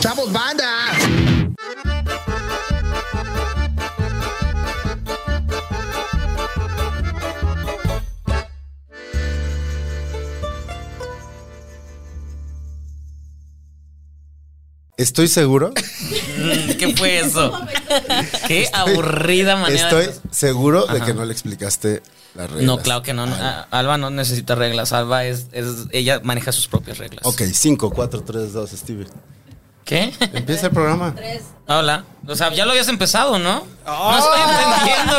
¡Chavos, banda! Estoy seguro, ¿Qué fue eso? Qué aburrida manera. de- estoy seguro de que no le explicaste las reglas. No, claro que no. no. Ah, A- Alba no necesita reglas. Alba es, es- ella maneja sus propias reglas. ok, 5, 4, 3, 2, Steve. ¿Qué? Empieza el programa. Hola. O sea, ya lo habías empezado, ¿no? No estoy entendiendo.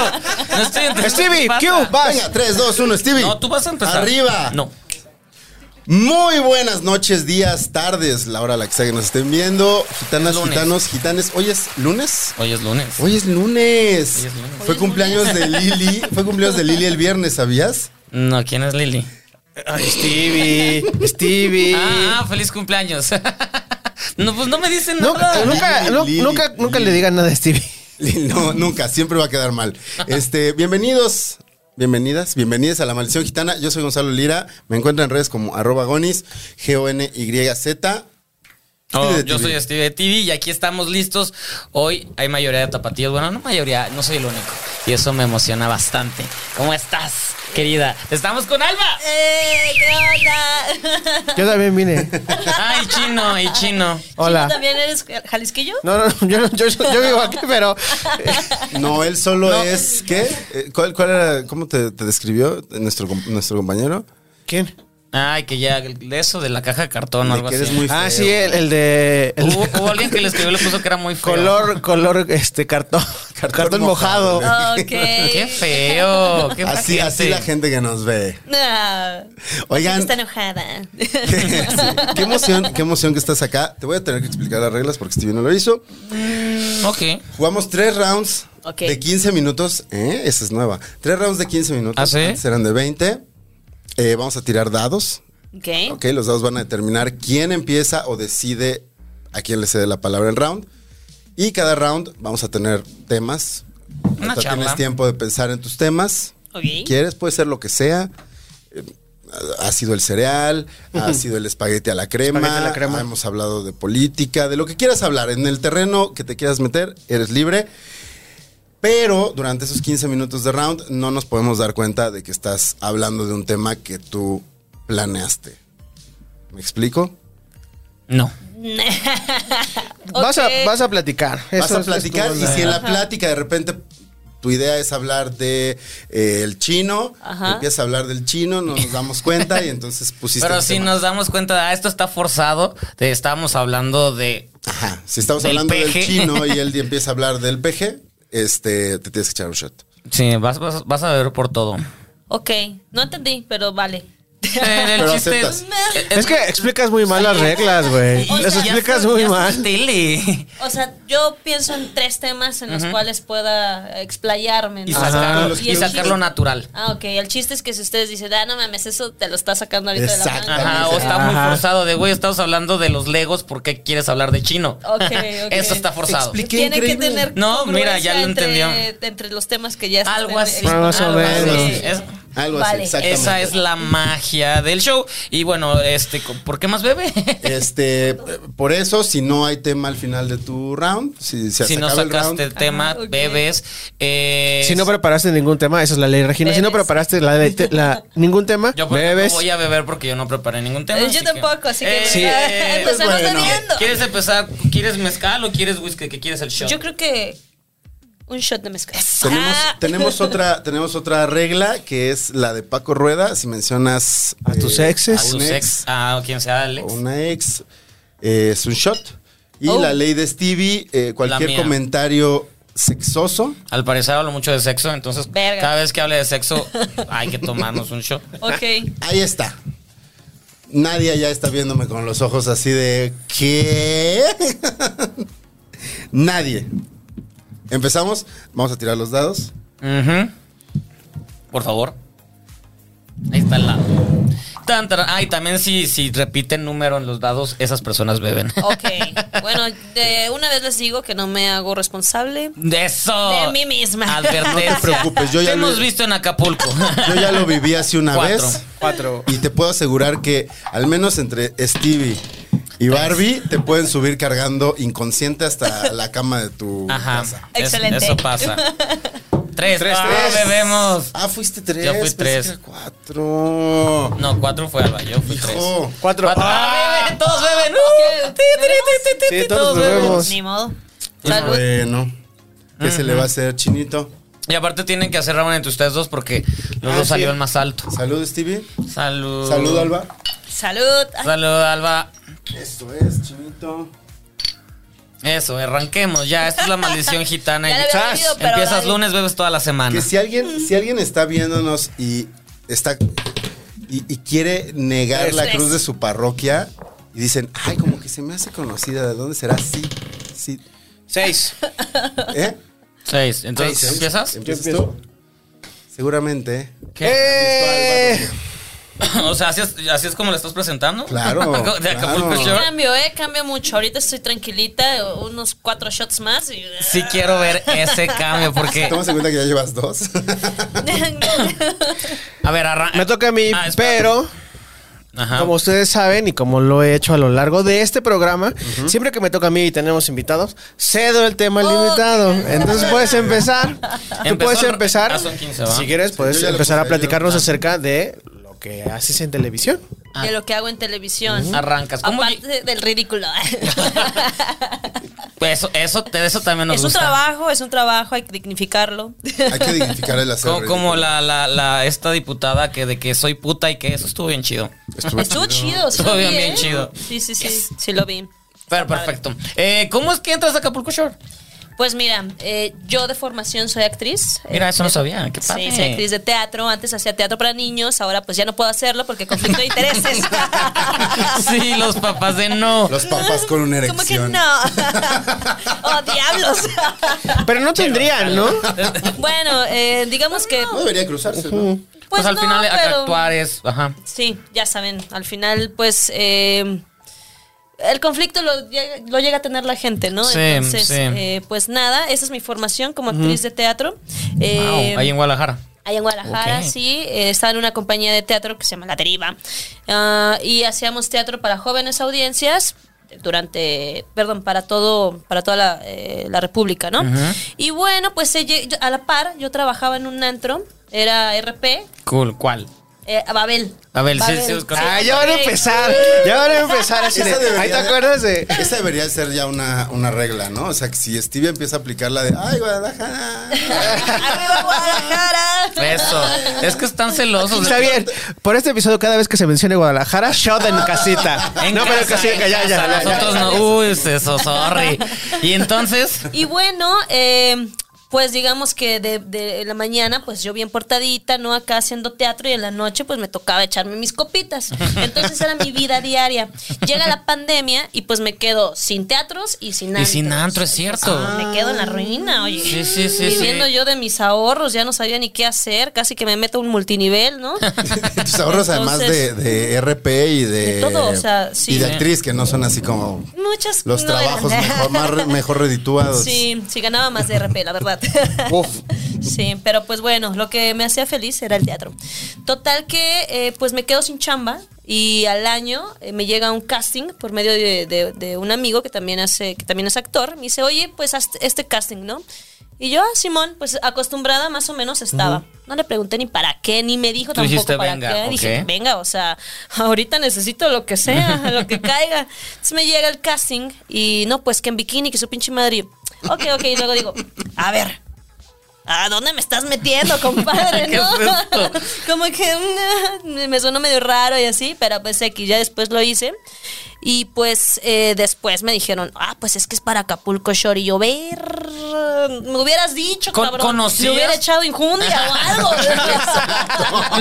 No estoy entendiendo. Stevie, Oh. qué pasa. Q, vas. Venga, 3, 2, 1, Stevie. No, tú vas a empezar. Arriba. No. Muy buenas noches, días, tardes, la hora a la que sea que nos estén viendo. Gitanas, Lunes. gitanos, gitanes. Hoy es lunes. Hoy es lunes. Hoy es lunes. Hoy es lunes. Fue cumpleaños de Lili. Fue cumpleaños de Lili el viernes, ¿sabías? No, ¿quién es Lili? Stevie, Stevie. Ah, ah, feliz cumpleaños. no, pues no me dicen No, nada. nunca, nu- Lili, nunca, Lili. nunca le digan nada a Stevie. No, nunca, siempre va a quedar mal. Este, bienvenidos, bienvenidas, bienvenidas a La Maldición Gitana. Yo soy Gonzalo Lira, me encuentran en redes como arroba gonis, G-O-N-Y-Z. Oh, Stevie de yo TV. soy Steve de TV y aquí estamos listos. Hoy hay mayoría de tapatíos. Bueno, no mayoría, no soy el único. Y eso me emociona bastante. ¿Cómo estás, querida? ¡Estamos con Alba! ¡Eh! ¿Qué onda? Yo también vine. ¡Ay, chino! ¡Y chino! Hola. ¿Tú también eres jalisquillo? No, no, no, yo, no- yo, yo, yo vivo aquí, pero. eh, No, él solo es, ¿qué? Eh, ¿Cuál, cuál era, cómo te, te describió nuestro, com- nuestro compañero? ¿Quién? Ay, que ya, de eso de la caja de cartón o De algo que así. eres muy Ah, feo. sí, el, el de. el de- Hubo, hubo alguien que le escribió y le puso que era muy feo. color, color, este, cartón. Cartón, mojado. mojado, Ok. ¡Qué feo! ¡Qué Así, gente. así la gente que nos ve. Ah, Oigan, Está enojada. qué, qué emoción, qué emoción que estás acá. Te voy a tener que explicar las reglas porque Stevie no lo hizo. Ok. Jugamos tres rounds Ok. de 15 minutos. ¿Eh? Esa es nueva. Tres rounds de 15 minutos. ¿Ah, sí? Antes eran de 20. Eh, vamos a tirar dados. Ok. Ok, los dados van a determinar quién empieza o decide a quién le cede la palabra el round. Y cada round vamos a tener temas. Una Ahorita charla. Tienes tiempo de pensar en tus temas. Ok. ¿Quieres? Puede ser lo que sea. Eh, Ha ha sido el cereal, ha sido el espagueti a la crema, Espagueti a la crema. hemos hablado de política, de lo que quieras hablar. En el terreno que te quieras meter, eres libre. Pero durante esos 15 minutos de round no nos podemos dar cuenta de que estás hablando de un tema que tú planeaste. ¿Me explico? No. Vas, a, Ok. vas a platicar. Vas Eso a es- platicar es tu y si en la onda. plática de repente tu idea es hablar de eh, el chino, Ajá. empiezas a hablar del chino, no nos damos cuenta y entonces pusiste. Pero el si tema. nos damos cuenta de, ah, esto está forzado, de, estábamos hablando de Ajá. Si estamos del hablando del peje. chino y él empieza a hablar del peje, este, te tienes que echar un shot. Sí, vas, vas, vas a ver por todo. Ok. No entendí, pero vale. El Pero chiste aceptas. es, Es que explicas muy mal las reglas, güey. O sea, Las ya explicas muy mal. Tele. O sea, yo pienso en tres temas en los cuales pueda explayarme. ¿no? Y, Ajá. sacarlo, Y y el sacarlo chiste- natural. Ah, ok. El chiste es que si ustedes dicen, ah, no mames, eso te lo está sacando ahorita de Exacto. la manga. Ajá, o está muy Ajá. forzado de, güey, estamos hablando de los legos, ¿por qué quieres hablar de chino? Ok, ok. Eso está forzado. Explica. Qué Tienen que increíble. tener No, mira, ya lo congruencia entendió. Entre, entre los temas que ya están Algo así. en- Más o Algo así. menos. Es- Algo así, Vale. exactamente. esa es la magia del show. Y bueno, este, ¿por qué más bebe? Este, por eso, si no hay tema al final de tu round, si, se si no acaba el sacaste round, el tema, Ajá, ok. bebes. eh, Si no preparaste ningún tema, esa es la ley, Regina. Si no Bebes. preparaste la de- te- la- ningún tema, yo por ejemplo, bebes. voy a beber porque yo no preparé ningún tema. Eh, así yo que- tampoco, así que Eh, sí. empezamos Pues bueno. bebiendo. ¿Quieres empezar? ¿Quieres mezcal o quieres whisky? ¿Qué quieres el shot? Yo creo que un shot de mezcal. tenemos, Ah. tenemos otra, tenemos otra regla que es la de Paco Rueda. Si mencionas eh, A tus exes. a un tus ex, ex, a quien sea Alex. o una ex, eh, es un shot. Y Oh. la ley de Stevie, eh, cualquier mía. comentario sexoso. Al parecer hablo mucho de sexo, entonces Verga. cada vez que hable de sexo hay que tomarnos un shot. Ok. Ahí está. Nadie ya está viéndome con los ojos así de ¿qué? Nadie. Empezamos, vamos a tirar los dados. Ujú. Por favor. Ahí está el lado. Tan, taran. Ah, y también si, si repiten número en los dados, esas personas beben. Ok. Bueno, de una vez les digo que no me hago responsable. De eso. De mí misma. Advertencia. No te preocupes, yo ya Te lo- hemos visto en Acapulco. Yo ya lo viví hace una Cuatro. vez Cuatro. y te puedo asegurar que al menos entre Stevie y Barbie te pueden subir cargando inconsciente hasta la cama de tu Ajá. casa. Es- Excelente. eso pasa. Tres. Tres, Ah, tres. bebemos. Ah, fuiste tres. Yo fui pensé tres. que era cuatro. No, cuatro fue Alba. Yo fui tres. Hijo. Cuatro. Cuatro. Ah, beben, todos beben. Uh, ti, ti, ti, ti, ti, Sí, ti, todos todos beben. bebemos. Ni modo. Pues Salud. bueno. ¿Qué se le va a hacer, chinito? Y aparte tienen que hacer round entre ustedes dos porque los Ah, dos sí. salieron más alto. Salud, Stevie. Salud. Salud, Alba. Salud. Ay, Salud, Alba. Esto es, chinito. Eso, arranquemos ya. Esta es la maldición gitana. Ya la había Zas. bebido, pero Empiezas dale. lunes, bebes toda la semana. Que si alguien, si alguien está viéndonos y está y, y quiere negar la Tres. cruz de su parroquia y dicen, ay, como que se me hace conocida, ¿de dónde será? Sí, sí. Seis. ¿Eh? Seis. Entonces, Seis. ¿empiezas? ¿Empiezas empiezo. tú? Seguramente. ¿Qué? ¡Eh! o sea, ¿así es, así es como le estás presentando. Claro, De Acapulco claro. Shore. Cambio, eh, cambio mucho. Ahorita estoy tranquilita, unos cuatro shots más. y- Sí quiero ver ese cambio porque. Tomas en cuenta que ya llevas dos. A ver, arranca. Me toca a mí, Ah, espera. pero Ajá. como ustedes saben y como lo he hecho a lo largo de este programa, siempre que me toca a mí y tenemos invitados, cedo el tema al Oh, invitado. qué Entonces puedes empezar. Tú Empezó puedes el- empezar. ah, son 15, ¿va? si quieres, puedes yo ya lo empezar a puse, yo ya lo platicarnos puse. acerca de lo que haces en televisión. Ah. De lo que hago en televisión. Arrancas. ¿Cómo Aparte del ridículo. Pues eso, eso, te- eso también nos es un gusta. trabajo, es un trabajo, hay que dignificarlo. Hay que dignificar el hacer. Co- Como, ridículo. la, la, la- esta diputada que de que soy puta y que eso estuvo bien chido. Estuvo Estuvo chido, sí. Estuvo lo vi, bien, bien ¿eh? chido. Sí, sí, sí, sí lo vi. Pero perfecto. Eh, ¿Cómo es que entras a Acapulco Shore? Pues mira, eh, yo de formación soy actriz. Mira, Eh, eso no sabía. Qué padre. Sí, soy actriz de teatro. Antes hacía teatro para niños, ahora pues ya no puedo hacerlo porque conflicto de intereses. Sí, los papás de no. Los papás con una erección. Como que no. oh, diablos. Pero no tendrían, ¿no? bueno, eh, digamos que. No Pues, debería cruzarse, ¿no? Pues, al no, final pero- actuar es. Ajá. Sí, ya saben. Al final, pues. eh, el conflicto lo, llega- lo llega a tener la gente, ¿no? Sí, Entonces, sí. eh, pues nada, esa es mi formación como actriz de teatro. Eh, Wow, ahí en Guadalajara. Allá en Guadalajara, Ok. sí, eh, estaba en una compañía de teatro que se llama La Deriva. Ah, y hacíamos teatro para jóvenes audiencias durante, perdón, para todo, para toda la, eh, la República, ¿no? Y bueno, pues eh, yo- yo- a la par, yo trabajaba en un antro, era RP, Cool, ¿cuál? eh, a Babel. Babel, sí, sí, es correcto. Ah, ya van a Babel. empezar. Ya van a empezar así de. Esa debería Ahí te de- acuerdas de. Esa debería ser ya una, una regla, ¿no? O sea, que si Stevie empieza a aplicar la de, ay, Guadalajara. ¡Arriba Guadalajara! Eso. Es que están celosos. Está bien. Por este episodio, cada vez que se mencione Guadalajara, shot en casita. En no, pero casa, casita, en ya, ya, ya, casa, ya. Nosotros no. Uy, eso, sorry. Y entonces. Y bueno, eh, pues digamos que de, de la mañana, pues yo bien portadita, ¿no? Acá haciendo teatro y en la noche, pues me tocaba echarme mis copitas. Entonces era mi vida diaria. Llega la pandemia y pues me quedo sin teatros y sin Y antro. sin antro, es cierto. Me quedo en la ruina, oye. Sí, sí, sí, Viviendo sí. yo de mis ahorros, ya no sabía ni qué hacer, casi que me meto a un multinivel, ¿no? Tus ahorros además de, Entonces- de RP y de, De todo, o sea, sí. y de actriz que no son así como Muchas los no eran. trabajos mejor, más re- mejor redituados. Sí, sí ganaba más de RP, la verdad. Sí, pero pues bueno, lo que me hacía feliz era el teatro. Total que eh, pues me quedo sin chamba y al año eh, me llega un casting por medio de, de- de un amigo que también hace que también es actor. Me dice, oye, pues haz este casting, ¿no? Y yo, ah, Simón, pues acostumbrada más o menos estaba. No le pregunté ni para qué, ni me dijo Tú tampoco dijiste, para "Venga", qué. ok. Dije, venga, o sea, ahorita necesito lo que sea, lo que caiga. Entonces me llega el casting y no, pues que en bikini, que su pinche Madrid. Ok, ok, y luego digo, a ver, ¿A dónde me estás metiendo, compadre? ¿Qué ¿no? es esto? Como que mm, me sonó medio raro y así, pero pues aquí ya después lo hice. Y pues eh, después me dijeron, ah, pues es que es para Acapulco Shore. Y yo, ver, ah, me hubieras dicho, Con- cabrón. ¿conocías? Le hubiera echado injundia o algo.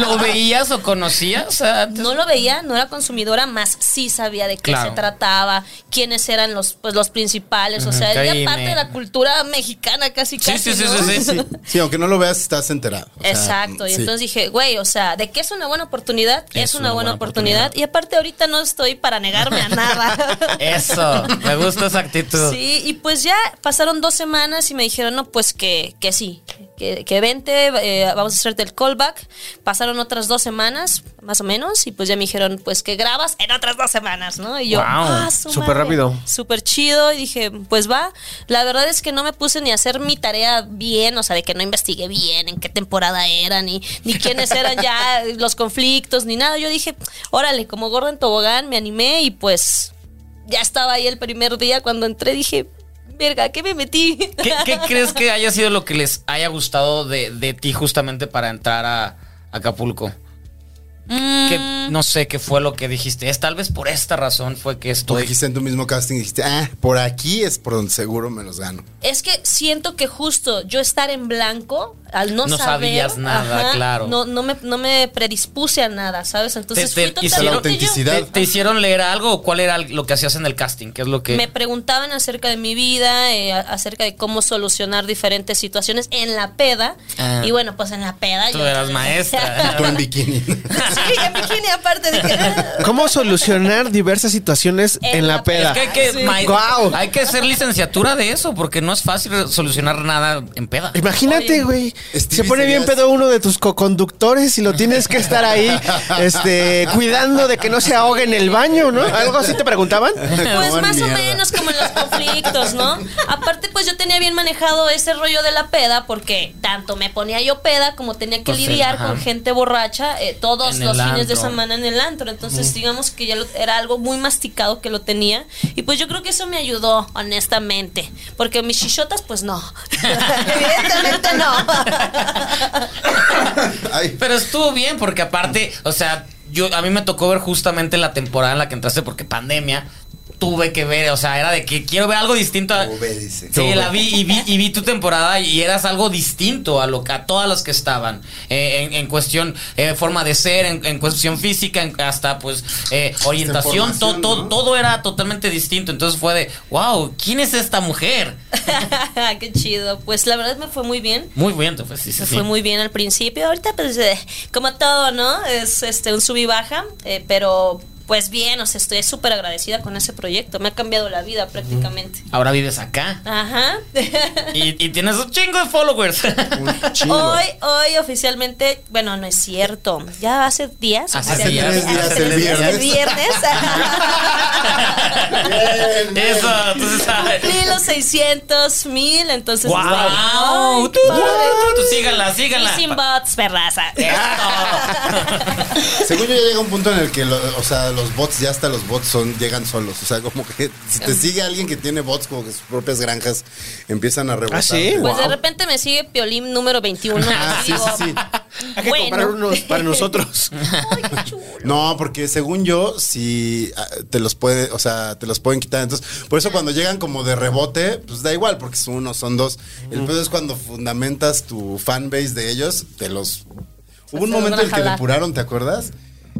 ¿Lo veías o conocías antes? No lo veía, no era consumidora, más sí sabía de qué Claro. se trataba, quiénes eran los, pues, los principales. O Ujú, sea, Karime. era parte de la cultura mexicana casi Sí, casi. sí, sí, ¿no? sí, sí. Sí, aunque no lo veas, estás enterado. O sea, Exacto, y sí. entonces dije, güey, o sea, ¿de qué es una buena oportunidad? Es, una, buena, oportunidad. Y aparte ahorita no estoy para negarme a nada. Eso, me gusta esa actitud. Sí, y pues ya pasaron dos semanas y me dijeron, no, pues que, que sí, que, que vente, eh, vamos a hacerte el callback. Pasaron otras dos semanas, más o menos, y pues ya me dijeron, pues que grabas en otras dos semanas, ¿no? Y yo, Wow, ah, su súper madre". rápido. Súper chido, y dije, pues va. La verdad es que no me puse ni a hacer mi tarea bien, o sea, de que no investigué bien en qué temporada eran, ni, ni quiénes eran ya los conflictos, ni nada. Yo dije, órale, como gordo en tobogán, me animé y pues ya estaba ahí el primer día cuando entré dije, verga, ¿qué me metí? ¿Qué, qué crees que haya sido lo que les haya gustado de, de ti justamente para entrar a Acapulco? Mm, Que, no sé qué fue lo que dijiste. Es tal vez por esta razón fue que Tú estoy. dijiste en tu mismo casting, dijiste, ah, por aquí es por donde seguro me los gano. es que siento que justo yo estar en blanco, al no, No saber, sabías nada, claro. No, no, me, no me predispuse a nada, ¿sabes? Entonces Te- te fui hizo la totalmente yo. autenticidad. ¿Te, te hicieron leer algo o cuál era lo que hacías en el casting? ¿Qué es lo que.? Me preguntaban acerca de mi vida, eh, a- acerca de cómo solucionar diferentes situaciones en la peda. Ah. Y bueno, pues en la peda Tú yo- eras maestra. Tú en bikini. sí, en bikini aparte dije, "Ah". ¿Cómo solucionar diversas situaciones en, En la la peda? Es que hay que, Sí. ma- Guau. hay que hacer licenciatura de eso, porque no es fácil solucionar nada en peda. Imagínate, Oye. güey. Se Stevie pone bien serías- pedo uno de tus co-conductores y lo tienes que estar ahí este, cuidando de que no se ahogue en el baño, ¿no? ¿Algo así te preguntaban? Pues Como más mierda. o menos como en los conflictos, ¿no? Aparte, pues yo tenía bien manejado ese rollo de la peda, porque tanto me ponía yo peda como tenía que Pues, lidiar ajá. con gente borracha eh, todos En el los fines de antro. semana en el antro. Entonces, digamos que ya lo- era algo muy masticado que lo tenía. Y pues yo creo que eso me ayudó, honestamente. Porque mis chichotas, pues no. Evidentemente no. Ay, Pero estuvo bien, porque aparte, o sea, yo a mí me tocó ver justamente la temporada en la que entraste, porque pandemia. Tuve que ver, o sea, era de que quiero ver algo distinto. a- Tuve, dice. Sí, Tuve. la vi y, vi y vi tu temporada y eras algo distinto a lo que a todas las que estaban. Eh, en, en cuestión eh, forma de ser, en, en cuestión física, en- hasta pues eh, orientación, to- formación, to- ¿no? todo era totalmente distinto. Entonces fue de, wow, ¿quién es esta mujer? Qué chido. Pues la verdad me fue muy bien. Muy bien, pues sí, sí, Me sí. fue muy bien al principio. Ahorita, pues, eh, como todo, ¿no? Es este un sub y baja, eh, pero pues bien, o sea, estoy súper agradecida con ese proyecto. Me ha cambiado la vida prácticamente. Ahora vives acá Ajá. y, y tienes un chingo de followers. un chingo. Hoy, hoy oficialmente, bueno, no es cierto. Ya hace días. Hace oficialmente, días, días, hace el tres días, el viernes. viernes. Bien, bien. Eso, entonces sabes. Cumplí los 600 mil, entonces. ¡Wow! ay, Tú- padre. tú sígala, sígala. Y sin bots, perraza. Eso. Según yo ya llega un punto en el que, lo- o sea, los bots, ya hasta los bots son, llegan solos. O sea, como que si Ah. te sigue alguien que tiene bots, como que sus propias granjas empiezan a rebotar. sí? Pues de Wow. repente me sigue Piolín número 21. Ah, y sí, digo, sí, sí. Hay que comprar unos para nosotros. Ay, qué chulo. No, porque según yo, si ah, te los puede, o sea, te los pueden quitar. Entonces, por eso cuando llegan como de rebote, pues da igual, porque son uno, son dos. El pedo es cuando fundamentas tu fanbase de ellos, te los. Hubo un Se los momento van a en el que jalar. depuraron, ¿te acuerdas?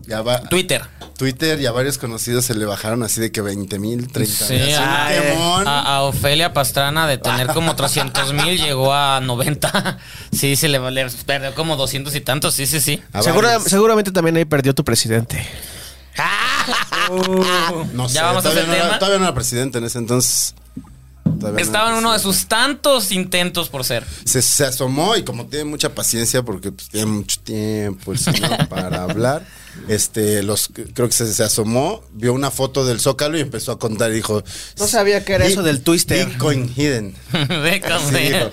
Ya va. Twitter. Twitter y a varios conocidos se le bajaron así de que 20 mil, 30 mil. Sí, Así, ay, ah, quemón. a, a Ofelia Pastrana de tener como 300 mil llegó a 90. Sí, se le vale, perdió como 200 y tantos, sí, sí, sí. A Segura- varios. seguramente también ahí perdió tu presidente. No ya sé, vamos a todavía, ese no era, tema. todavía no era presidente en ese entonces. Todavía no Estaba en era uno de presidente. sus tantos intentos por ser. se, se asomó y como tiene mucha paciencia porque pues, tiene mucho tiempo el señor para hablar, este, los creo que se, se asomó, vio una foto del Zócalo y empezó a contar, dijo. No sabía que era eso del Twister. Bitcoin hidden. Ve cómo Sí, dijo, era.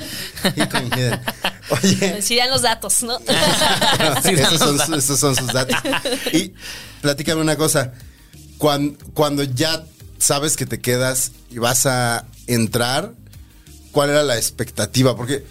Bitcoin hidden. Oye. Sí, dan los datos, ¿no? Sí, dan esos, los son, datos. sus- esos son sus datos. Y platícame una cosa. Cuando, cuando ya sabes que te quedas y vas a entrar, ¿cuál era la expectativa? Porque,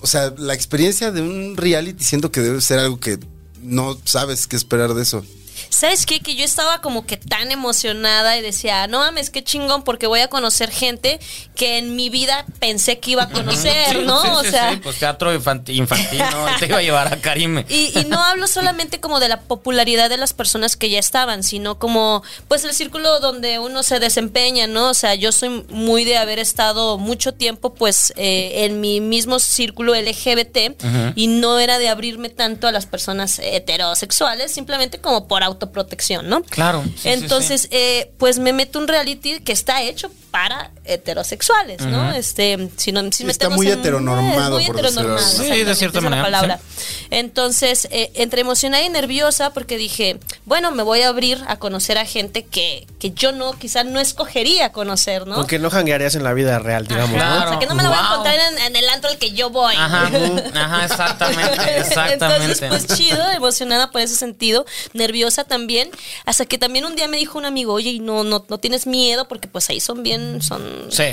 o sea, la experiencia de un reality siento que debe ser algo que no sabes qué esperar de eso. ¿Sabes qué? Que yo estaba como que tan emocionada y decía, no mames, qué chingón, porque voy a conocer gente que en mi vida pensé que iba a conocer, Sí, ¿no? sí, o sí, sea, sí, pues teatro infantil, infantil ¿no? Él Te iba a llevar a Karime. y, y no hablo solamente como de la popularidad de las personas que ya estaban, sino como pues el círculo donde uno se desempeña, ¿no? O sea, yo soy muy de haber estado mucho tiempo pues eh, en mi mismo círculo LGBT y no era de abrirme tanto a las personas heterosexuales, simplemente como por autoprotección, ¿no? Claro, sí, sí, Entonces, eh, pues me meto un reality que está hecho para heterosexuales, ¿no? Este, si no, si Sí, está metemos muy en- eh, heteronormado, es muy por decirlo heteronormado, así. Sí, de exactamente, cierta esa es la manera, palabra. sí. Entonces, eh, entre emocionada y nerviosa, porque dije, bueno, me voy a abrir a conocer a gente que, que yo no, quizás no escogería conocer, ¿no? Con que no janguearías en la vida real, digamos, Ajá, Claro. O sea, que no me la voy a Wow. encontrar en, en el antro al que yo voy. Ajá, ajá, exactamente, pues, exactamente. Entonces, pues chido, emocionada por ese sentido, nerviosa también, hasta que también un día me dijo un amigo, oye, y no, no, no tienes miedo porque pues ahí son bien, son... Sí.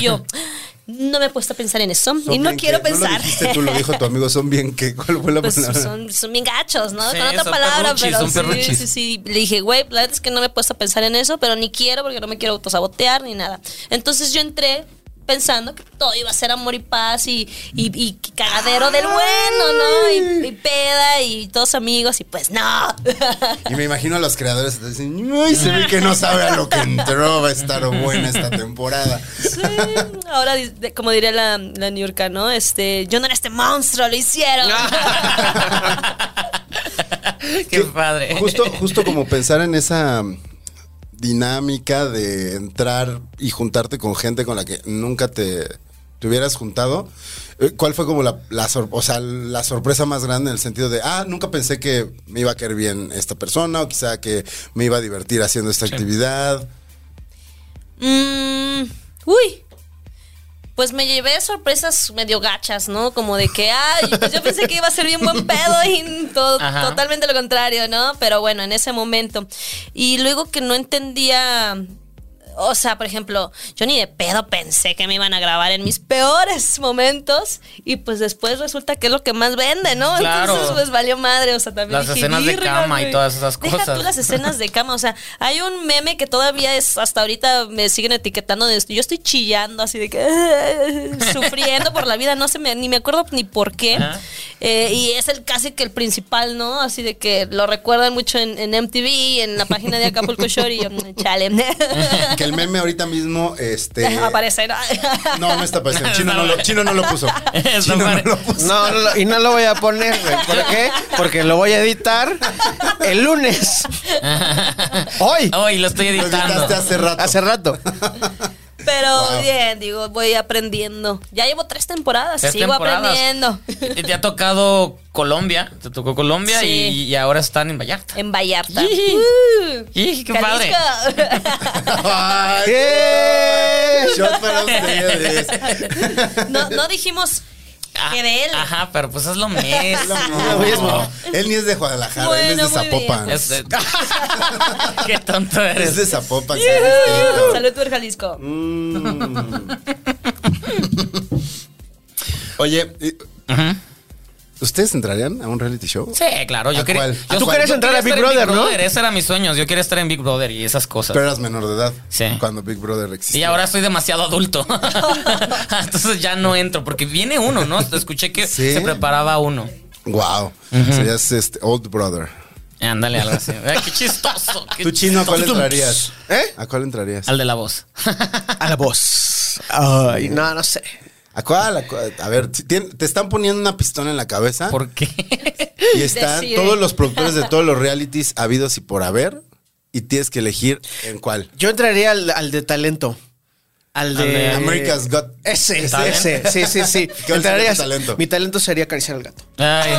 yo, no me he puesto a pensar en eso Son y no bien quiero que- pensar. No lo dijiste tú, lo dijo tu amigo, son bien que. ¿Cuál fue la Pues palabra? son, son bien gachos, ¿no? Sí, Con otra son palabra, perruchis, pero son sí, perruchis. sí, sí. Le dije, güey, la verdad es que no me he puesto a pensar en eso, pero ni quiero porque no me quiero autosabotear ni nada. Entonces yo entré pensando que todo iba a ser amor y paz y, y, y cagadero del bueno, ¿no? Y, y peda y todos amigos y pues no. Y me imagino a los creadores te dicen, ay, se ve que no sabe a lo que entró, va a estar buena esta temporada. Sí, ahora, di- de- como diría la, la New ¿no? Este, yo no era este monstruo, lo hicieron. Sí, Qué padre. Justo, justo como pensar en esa dinámica de entrar y juntarte con gente con la que nunca te, te hubieras juntado. Eh, ¿Cuál fue como la, la sor- o sea, la sorpresa más grande en el sentido de, ah, nunca pensé que me iba a caer bien esta persona o quizá que me iba a divertir haciendo esta actividad? Mm, uy. Pues me llevé sorpresas medio gachas, ¿no? Como de que, ay, pues yo pensé que iba a ser bien buen pedo y to- Ajá. totalmente lo contrario, ¿no? Pero bueno, en ese momento. Y luego que no entendía, o sea, por ejemplo, yo ni de pedo pensé que me iban a grabar en mis peores momentos y pues después resulta que es lo que más vende, ¿no? Claro. Entonces, pues valió madre, o sea, también. Las dije, escenas de "Virga, cama y güey". todas esas Deja tú cosas. las escenas de cama. O sea, hay un meme que todavía es, hasta ahorita me siguen etiquetando. de esto. yo estoy chillando así de que. sufriendo por la vida. No sé, me- ni me acuerdo ni por qué. Ajá. Eh, y es el casi que el principal, ¿no? Así de que lo recuerdan mucho en, en MTV, en la página de Acapulco Shore. Y yo, mm, chale. Que el meme ahorita mismo, este... Aparece, ¿no? No, no está apareciendo. pues, Chino no lo, Chino no lo puso. Está Chino no padre. lo puso. No, no, no, y no lo voy a poner, güey. ¿Por qué? Porque lo voy a editar el lunes. Hoy. Hoy lo estoy Lo editando. editaste hace rato. Hace rato. Pero Wow. bien, digo, voy aprendiendo. Ya llevo tres temporadas, Tres sigo temporadas. aprendiendo. Te te ha tocado Colombia, te tocó Colombia Sí. y, y ahora están en Vallarta. En Vallarta. Yiji. Uh, Yiji, qué Jalisco. Ay, ¡Eh! Shot para ustedes. No, no dijimos Ah, que de él. Ajá, pero pues es lo mismo. No, mismo. Él ni es de Guadalajara, él Bueno, es de muy Zapopan. Es- eh, qué tonto Es eres. de Zapopan. Mm. que es distinto. Salud por Jalisco. Oye, ¿y Ujú. ¿ustedes entrarían a un reality show? Sí, claro, yo ¿A quería. cuál? yo- Ah, tú yo querías quería entrar a estar Big en Brother, ¿no? Ese era mis sueños. Yo quería estar en Big Brother y esas cosas. Pero eras menor de edad. Sí. Cuando Big Brother existía. Y ahora soy demasiado adulto. Entonces ya no entro, porque viene uno, ¿no? Escuché que Sí. se preparaba uno. Wow. Serías este, Old Brother. Ándale, algo así. Ay, qué chistoso. qué ¿Tú, Chino, a cuál chistoso. entrarías? ¿Eh? ¿A cuál entrarías? Al de la voz. A la voz. Ay, no, no sé. ¿A cuál? ¿A cuál? A ver, si tien- te están poniendo una pistola en la cabeza ¿Por qué? y están Decide. todos los productores de todos los realities habidos y por haber y tienes que elegir en cuál. Yo entraría al, al de talento. Al de. Al de America's Got Ese, Talent. ese. Sí, sí, sí. ¿Cuál sería Entraría. tu talento? Mi talento sería acariciar al gato. Ay.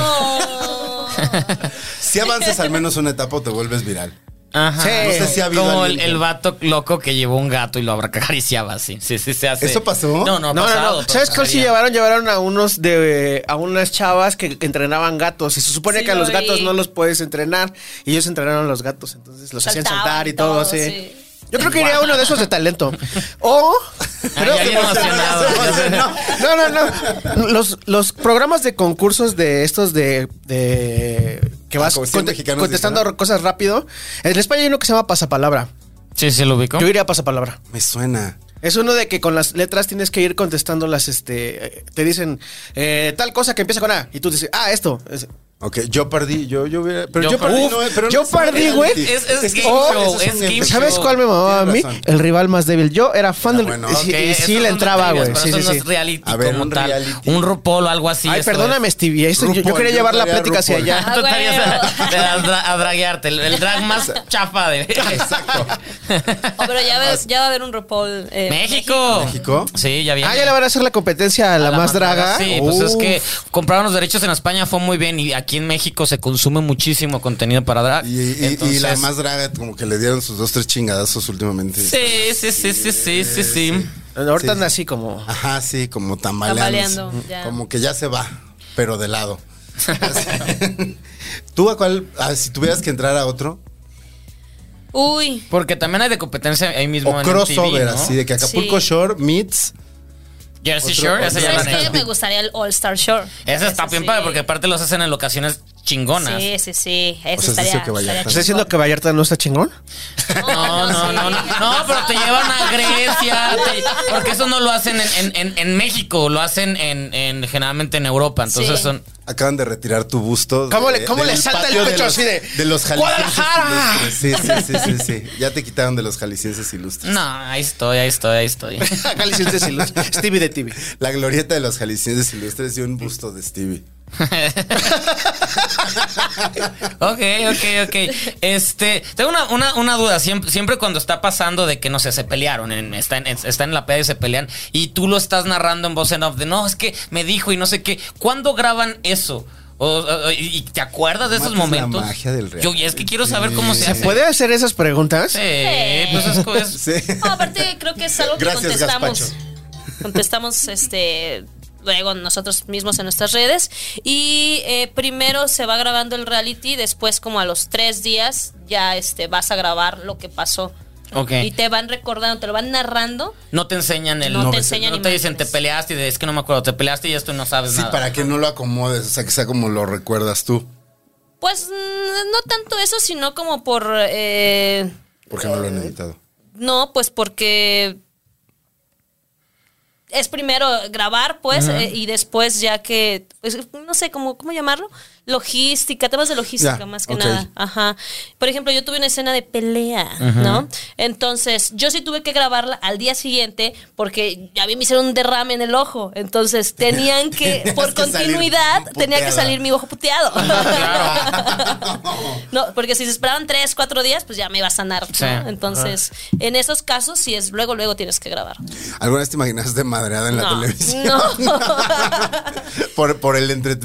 Si avanzas al menos una etapa o te vuelves viral. Ajá. Sí. No sé si ha habido Como el, alguien que- el vato loco que llevó un gato y lo acariciaba así. Sí, sí, se hace. ¿Eso pasó? No, no, No, ha no, pasado, no. pero ¿Sabes cuál sí pasaría. llevaron? Llevaron a unos de. a unas chavas que que entrenaban gatos. Y se supone Sí, que a lo los vi. gatos no los puedes entrenar. Y ellos entrenaron a los gatos. Entonces los hacían Saltaban saltar y y todo, todo, así. sí. Yo creo que iría a uno de esos de talento. O. Ay, creo ya que bien más- emocionado. No, no, no. Los, los programas de concursos de estos de, de que vas Ah, como cien conte- mexicanos contestando dijeron. cosas rápido. En España hay uno que se llama pasapalabra. Sí, sí, lo ubico. Yo iría a pasapalabra. Me suena. Es uno de que con las letras tienes que ir contestando las, este, eh, te dicen eh, tal cosa que empieza con A y tú dices, ah, esto. Es- Ok, yo perdí. Yo, yo hubiera. Pero yo, Yo perdí. perdí. no es- pero Yo no es un perdí, güey. reality. Es- es game oh, show, eso es un game game show. ¿Sabes cuál me mamaba a Tienes mí? razón. El rival más débil. Yo era fan Ah, del. bueno. y sí- Ok, y sí, le entraba, güey. Sí, sí, sí. reality A ver, como un tal. reality. Un RuPaul o algo así. Ay, esto perdóname, es. Stevie. eso- yo- yo, RuPaul, quería yo llevar la traía plática hacia RuPaul. allá. Tú Ah, estarías huevo. a, a dra- a draguearte, el, el drag más chafa de Exacto. Oh, pero ya, va- ya va a haber un RuPaul. eh, México. ¿México? Sí, ya viene. Ah, ya le van a hacer la competencia a la, A más draga. Sí, pues es Uf. que compraron los derechos en España fue muy bien y aquí en México se consume muchísimo contenido para drag. Y, y- y Entonces- la más draga, como que le dieron sus dos, tres chingadazos últimamente. Sí, sí, sí, sí, sí, sí, sí. Uh. Ahorita Sí. anda así como. Ajá, sí, como tambaleando. Tambaleando, ya. Como que ya se va, pero de lado. ¿Tú a cuál? ah, si tuvieras que entrar a otro. Uy, Porque también hay de competencia ahí mismo O en crossover, MTV, ¿no? así de que Acapulco Sí. Shore meets. Jersey Otro- Shore, ese ya lo ¿sabes han qué? hecho. Me gustaría el All Star Shore. Ese está Ese bien sí. padre porque aparte los hacen en locaciones chingonas. Sí, sí, sí. O Eso sea, ¿estás estaría, diciendo que Vallarta- estaría ¿Estás diciendo chingón. Pues que Vallarta no está chingón? No, no, no, no, no, pero te llevan a Grecia, te- porque eso no lo hacen en, en- en- en México, lo hacen en, en- generalmente en Europa, entonces Sí. son... Acaban de retirar tu busto. ¿Cómo de- le- cómo del le salta el patio pecho los- así de, De los jaliscienses "¡Guadalajara!" ilustres. Sí, sí, sí, sí, sí. Ya te quitaron de los jaliscienses ilustres. No, ahí estoy, ahí estoy, ahí estoy. Acá le hiciste sin luz. Stevie de TV. La glorieta de los jaliscienses ilustres y un busto de Stevie. Ok, ok, ok. Este, tengo una, una, una duda. Siempre, siempre cuando está pasando de que, no sé, se pelearon, en, está, en, está en la peda y se pelean, y tú lo estás narrando en voz en off de, no, es que me dijo y no sé qué. ¿Cuándo graban eso? O- o- y, y te acuerdas de esos Matas la momentos? magia del real. Yo, y es que quiero saber cómo se hace. ¿Puede hacer esas preguntas? Sí, pues es, es- Sí. No, aparte creo que es algo que Gracias, contestamos. gazpacho. Contestamos este luego nosotros mismos en nuestras redes. Y eh, primero se va grabando el reality, después como a los tres días ya este vas a grabar lo que pasó. Ok. Y te van recordando, te lo van narrando. No te enseñan el. No te enseñan No te dicen, te imágenes. peleaste y de, es que no me acuerdo, te peleaste y esto no sabes Sí, nada. para que no lo acomodes, o sea, que sea como lo recuerdas tú. Pues mm, no tanto eso, sino como por... eh, Porque no lo han editado. No, pues porque es primero grabar, pues, eh, y después ya que, pues, no sé, ¿cómo, ¿cómo llamarlo? Logística, temas de logística Ya, más que ok. nada. Ajá. Por ejemplo, yo tuve una escena de pelea, ¿no? Entonces, yo sí tuve que grabarla al día siguiente porque a mí me hicieron un derrame en el ojo. Entonces, tenían que, Tenías por que salir continuidad, tenía que puteada. salir mi ojo puteado. Claro. no, porque si se esperaban tres, cuatro días, pues ya me iba a sanar. ¿no? Sí. Entonces, en esos casos, si es luego, luego tienes que grabar. ¿Alguna vez te imaginaste madreada en la No. televisión? No. por, por el entre...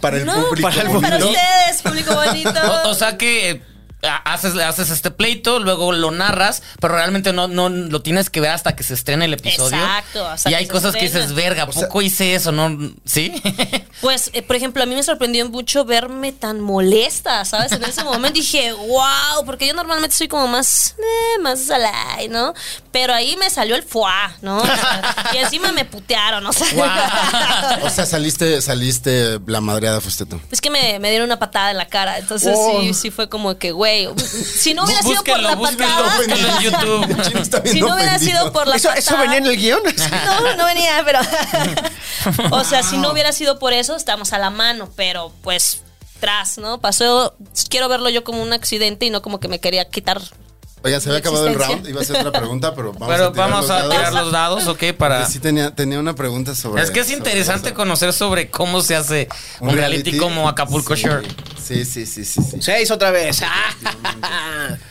Para el no, público. para, ¿no? ustedes, público bonito. O, o sea que eh, ha- haces, haces este pleito, luego lo narras, pero realmente no, no lo tienes que ver hasta que se estrene el episodio. Exacto, hasta y que hay se cosas que estrena. dices, verga, ¿a poco hice eso? ¿No? ¿Sí? Pues, eh, por ejemplo, a mí me sorprendió mucho verme tan molesta, ¿sabes? En ese momento dije, wow, porque yo normalmente soy como más, eh, más alay, ¿no? Pero ahí me salió el fuá, ¿no? O sea, y encima me putearon, o sea. Guau. O sea, saliste, saliste, la madreada fuiste tú. Es que me, me dieron una patada en la cara, entonces Oh. sí, sí fue como que, güey, si no hubiera sido por Búsquenlo, la búsquenlo, patada... búsquenlo en YouTube. pues, Chino está bien Si no hubiera ofendido. sido por la ¿Eso, ¿Eso patada- venía en el guión? No, no venía, pero... o sea, si no hubiera sido por eso, estamos a la mano, pero pues tras, ¿no? Pasó, quiero verlo yo como un accidente y no como que me quería quitar. Oigan, se había acabado el Existencia. round. Iba a ser otra pregunta, pero vamos a pero tirar vamos los a dados. tirar los dados, ¿ok? Para... Porque Sí, tenía, tenía una pregunta sobre... Es que es sobre interesante eso. conocer sobre cómo se hace un, reality, como Acapulco Sí. Shore. Sí, sí, sí, sí. sí. Seis otra vez.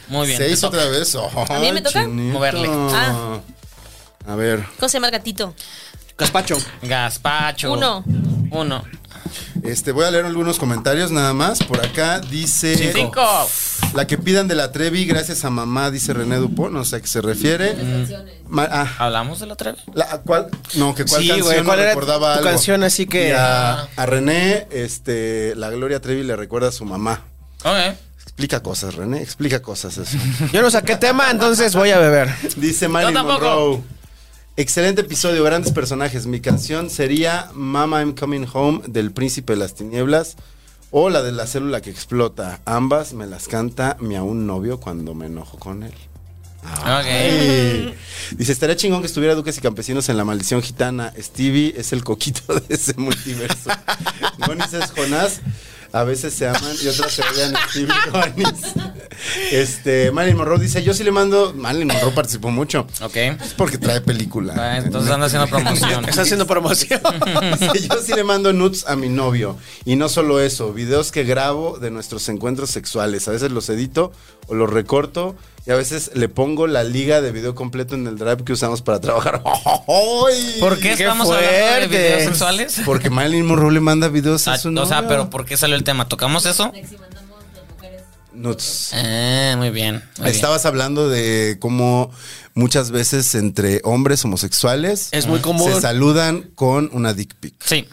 Muy bien. Se te hizo toca. otra vez. ¿A mí me toca? Moverle. Ah. A ver, ¿Cómo se llama el gatito? Caspacho. Gaspacho. Uno. Uno. este, voy a leer algunos comentarios nada más. Por acá dice... Cinco. La que pidan de la Trevi, gracias a mamá, dice René Dupont, no sé a qué se refiere. Ma- ah, ¿Hablamos de la otra vez? la- ¿cuál? No, que cuál Sí, canción güey, no ¿cuál era recordaba tu algo. canción? Así que- Ah. Y a, a René, este, la Gloria Trevi le recuerda a su mamá. Ok. Explica cosas, René, explica cosas eso. Yo no saqué tema, entonces voy a beber. Dice Marilyn tampoco. Monroe. Excelente episodio, grandes personajes. Mi canción sería Mama I'm Coming Home del Príncipe de las Tinieblas o la de la célula que explota. Ambas me las canta mi aún novio cuando me enojo con él. Ay. Dice, estaría chingón que estuviera Duques y Campesinos en La Maldición Gitana. Stevie es el coquito de ese multiverso. Gonis es Jonás. A veces se aman y otras se odian Stevie y Gonis. Este, Marilyn Monroe dice, yo sí le mando... Marilyn Monroe participó mucho. Ok. Es Pues porque trae película. Ah, entonces anda haciendo promoción. Está haciendo promoción. Dice, yo sí le mando nudes a mi novio. Y no solo eso, videos que grabo de nuestros encuentros sexuales. A veces los edito o los recorto. Y a veces le pongo la liga de video completo en el drive que usamos para trabajar. ¡Ay! ¿Por qué, estamos hablando de fuerte. videos sexuales? Porque Marilyn Monroe le manda videos a Ah, su o sea, novio. pero ¿por qué salió el tema? ¿Tocamos eso? Nudes. Ah, muy bien. muy bien. Estabas hablando de cómo muchas veces entre hombres homosexuales Es muy común. se saludan con una dick pic. Sí.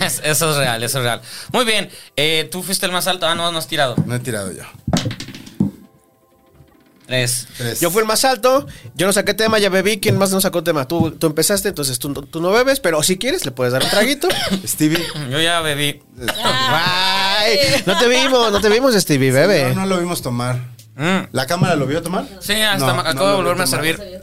Es- eso es real, eso es real. Muy bien. eh, Tú fuiste el más alto. Ah, no, no has tirado. No he tirado yo. Tres. Tres. Yo fui el más alto, yo no saqué tema, ya bebí. ¿Quién más no sacó tema? Tú, tú empezaste, entonces tú, tú no bebes, pero si quieres le puedes dar un traguito. Stevie. Yo ya bebí. Ah, Ay, no te vimos, no te vimos, Stevie, No, bebe. no lo vimos tomar. Mm. ¿La cámara lo vio tomar? Sí, hasta No, me- no acabo de lo vio volverme a tomar. Pues servir.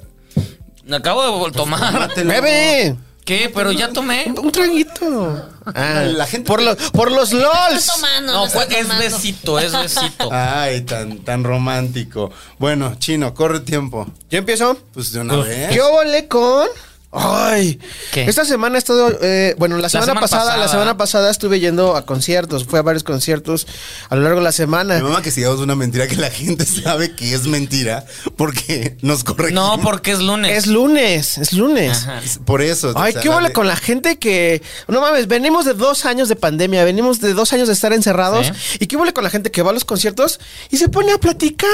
Me acabo de vol- tomar. Mátelo. Bebe. ¿Qué? Pero ya tomé. Un traguito. Ah, La gente- por, los, por los LOLs. tomando, No, fue, está es tomando. besito, es besito. Ay, tan, tan romántico. Bueno, chino, corre tiempo. Yo empiezo. Pues de una vez. Yo volé con. Ay, ¿Qué? esta semana he estado, eh, bueno, la semana, semana pasada, pasada. la semana pasada estuve yendo a conciertos, fui a varios conciertos a lo largo de la Mi semana. mamá que sigamos una mentira que la gente sabe que es mentira porque nos corre. No, porque es lunes. Es lunes, es lunes. Ajá. Por eso. Ay, o sea, qué huele de- con la gente que. No mames, venimos de dos años de pandemia, venimos de dos años de estar encerrados. Sí. Y qué huele con la gente que va a los conciertos y se pone a platicar.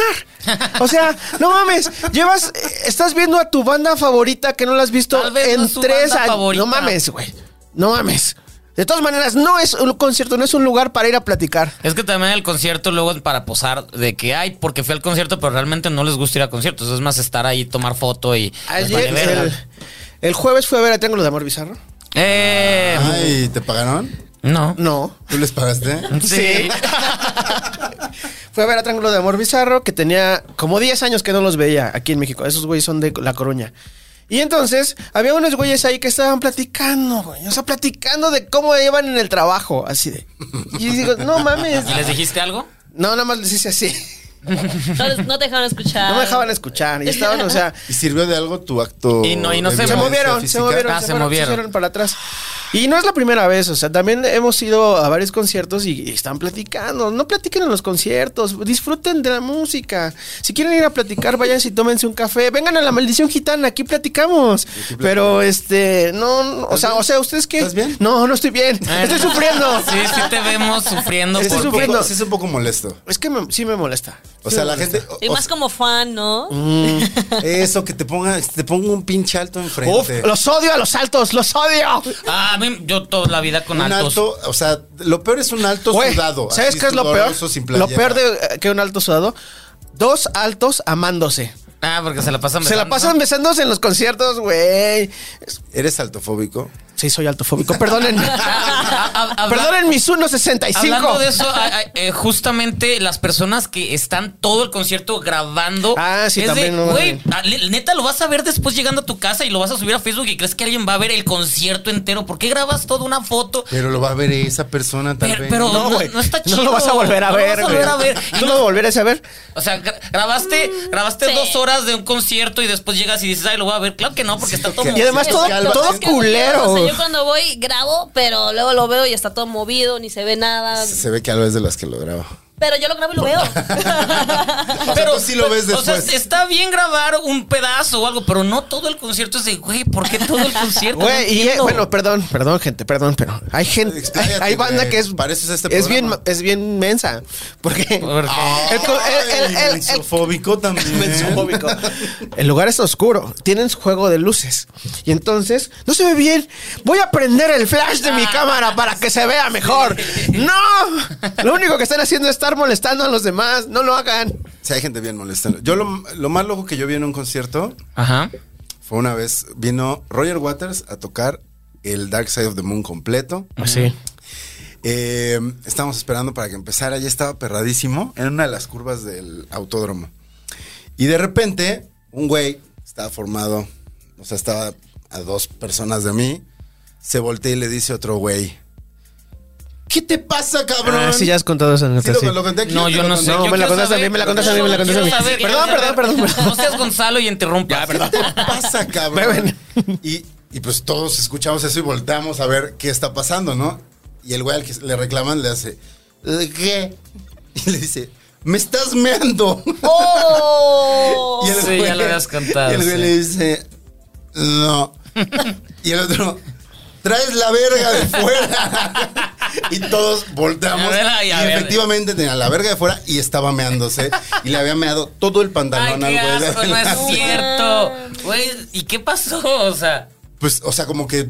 O sea, no mames, llevas. eh, Estás viendo a tu banda favorita que no la has visto Tal vez en no es su tres banda años. favorita. No mames, güey. No mames. De todas maneras, no es un concierto, no es un lugar para ir a platicar. Es que también el concierto luego es para posar de que hay, porque fui al concierto, pero realmente no les gusta ir a conciertos. Es más estar ahí, tomar foto y. les Ayer, Pues vale verga. el, el jueves fue a ver a Triángulo de Amor Bizarro. Eh, Ay, ¿te pagaron? no. No. ¿Tú les pagaste? Sí. Fue a ver a Triángulo de Amor Bizarro, que tenía como 10 años que no los veía aquí en México. Esos güeyes son de La Coruña. Y entonces, había unos güeyes ahí que estaban platicando, güey. O sea, platicando de cómo llevan en el trabajo, así de. Y digo, no mames. ¿Y les dijiste algo? No, nada más les hice así. No, les- no te dejaron escuchar. No me dejaban escuchar. Y estaban, o sea, ¿Y sirvió de algo tu acto? Y no- y no de se se violencia movieron, se física? movieron, Ah, se fueron, movieron. hicieron para atrás. Y no es la primera vez, o sea, también hemos ido a varios conciertos y, y están platicando. No platiquen en los conciertos, disfruten de la música. Si quieren ir a platicar, vayan y tómense un café. Vengan a la maldición gitana, aquí platicamos. Pero este, no, no, o sea, o sea, ustedes qué? ¿Estás bien? No, no estoy bien. Estoy sufriendo. Sí, sí te vemos sufriendo Sí, Estoy es por un sufriendo. poco, sí es un poco molesto. Es que me- sí me molesta. O Sí sea, me la molesta. gente. o- Y o más como fan, ¿no? Eso, que te ponga, te ponga un pinche alto enfrente. Uf, los odio a los altos, los odio. Ah, a mí, yo toda la vida con un altos. alto, o sea, lo peor es un alto Güey, sudado. ¿Sabes así qué es lo peor? sudoroso, sin Lo playera. peor de, eh, que un alto sudado. Dos altos amándose. Ah, porque se la pasan Se la besando. pasan besándose en los conciertos, güey. Es- ¿Eres altofóbico? Sí, soy altofóbico. Perdónenme. Ah, ah, ah, habla- Perdonen mis 1.65. Hablando de eso, ah, ah, eh, justamente las personas que están todo el concierto grabando. Ah, sí, es también, de, no Güey, mames. ah, le- neta lo vas a ver después llegando a tu casa y lo vas a subir a Facebook y crees que alguien va a ver el concierto entero. ¿Por qué grabas toda una foto? Pero lo va a ver esa persona tal Pero, vez. pero no, No, güey. no está chido. No lo vas a volver a No lo ver, vas a volver a güey. ver. Y ¿Tú no- lo volverías a ver? o sea, gra- grabaste, grabaste Sí. dos horas de un concierto y después llegas y dices, ay, lo voy a ver. Claro que no, porque está todo que- Y además todo, Calma. todo culero. O sea, yo cuando voy grabo, pero luego lo veo y está todo movido, ni se ve nada. Se ve que a lo es de las que lo graba. Pero yo lo grabo y lo veo. O sea, tú sí lo ves o sea, después. está bien grabar un pedazo o algo, pero no todo el concierto es de, güey, ¿por qué todo el concierto? No Güey, y eh, entiendo. bueno, perdón, perdón, gente, perdón, pero hay gente, hay, Expláyate, hay banda güey. que es, Para eso es este es bien, programa. es bien mensa, porque ¿Por qué? el co- el- el- el- el- mensofóbico también. Mensofóbico. El lugar está oscuro. Tienen su juego de luces. Y entonces, no se ve bien. Voy a prender el flash de Ah. mi cámara para que se vea mejor. ¡No! Lo único que están haciendo es estar molestando a los demás. No lo hagan. Sí, hay gente bien molesta. Yo lo, lo más loco que yo vi en un concierto Ajá. fue una Ah, vez, vino Roger Waters a tocar el Dark Side of the Moon completo. Así. Eh, estábamos esperando para que empezara, ya estaba perradísimo en una de las curvas del autódromo. Y de repente, un güey estaba formado, o sea, estaba a dos personas de mí, se voltea y le dice a otro güey. ¿Qué te pasa, cabrón? Ah, sí, ya has contado esa Sí, nota, lo- sí. lo conté aquí, No, yo lo no conté. sé. No, yo me la quiero contaste a mí, saber, me la contaste a mí, me la quiero contaste a mí. saber, quiero Perdón, saber. perdón, perdón, perdón. No seas Gonzalo y interrumpas. ¿Qué te pasa, cabrón? Y, y pues todos escuchamos eso y volteamos a ver qué está pasando, ¿no? Y el güey al que le reclaman le hace, ¿qué? Y le dice, me estás meando. ¡Oh! Y el Sí, ya lo habías contado, Y el güey sí. le dice, no. y el otro, traes la verga de fuera. y todos volteamos. A ver, ay, y a ver. efectivamente tenía la verga de fuera y estaba meándose. y le había meado todo el Ay, pantalón qué al güey. de asco, no es adelante. cierto. Güey, ¿y qué pasó? O sea, Pues, o sea, como que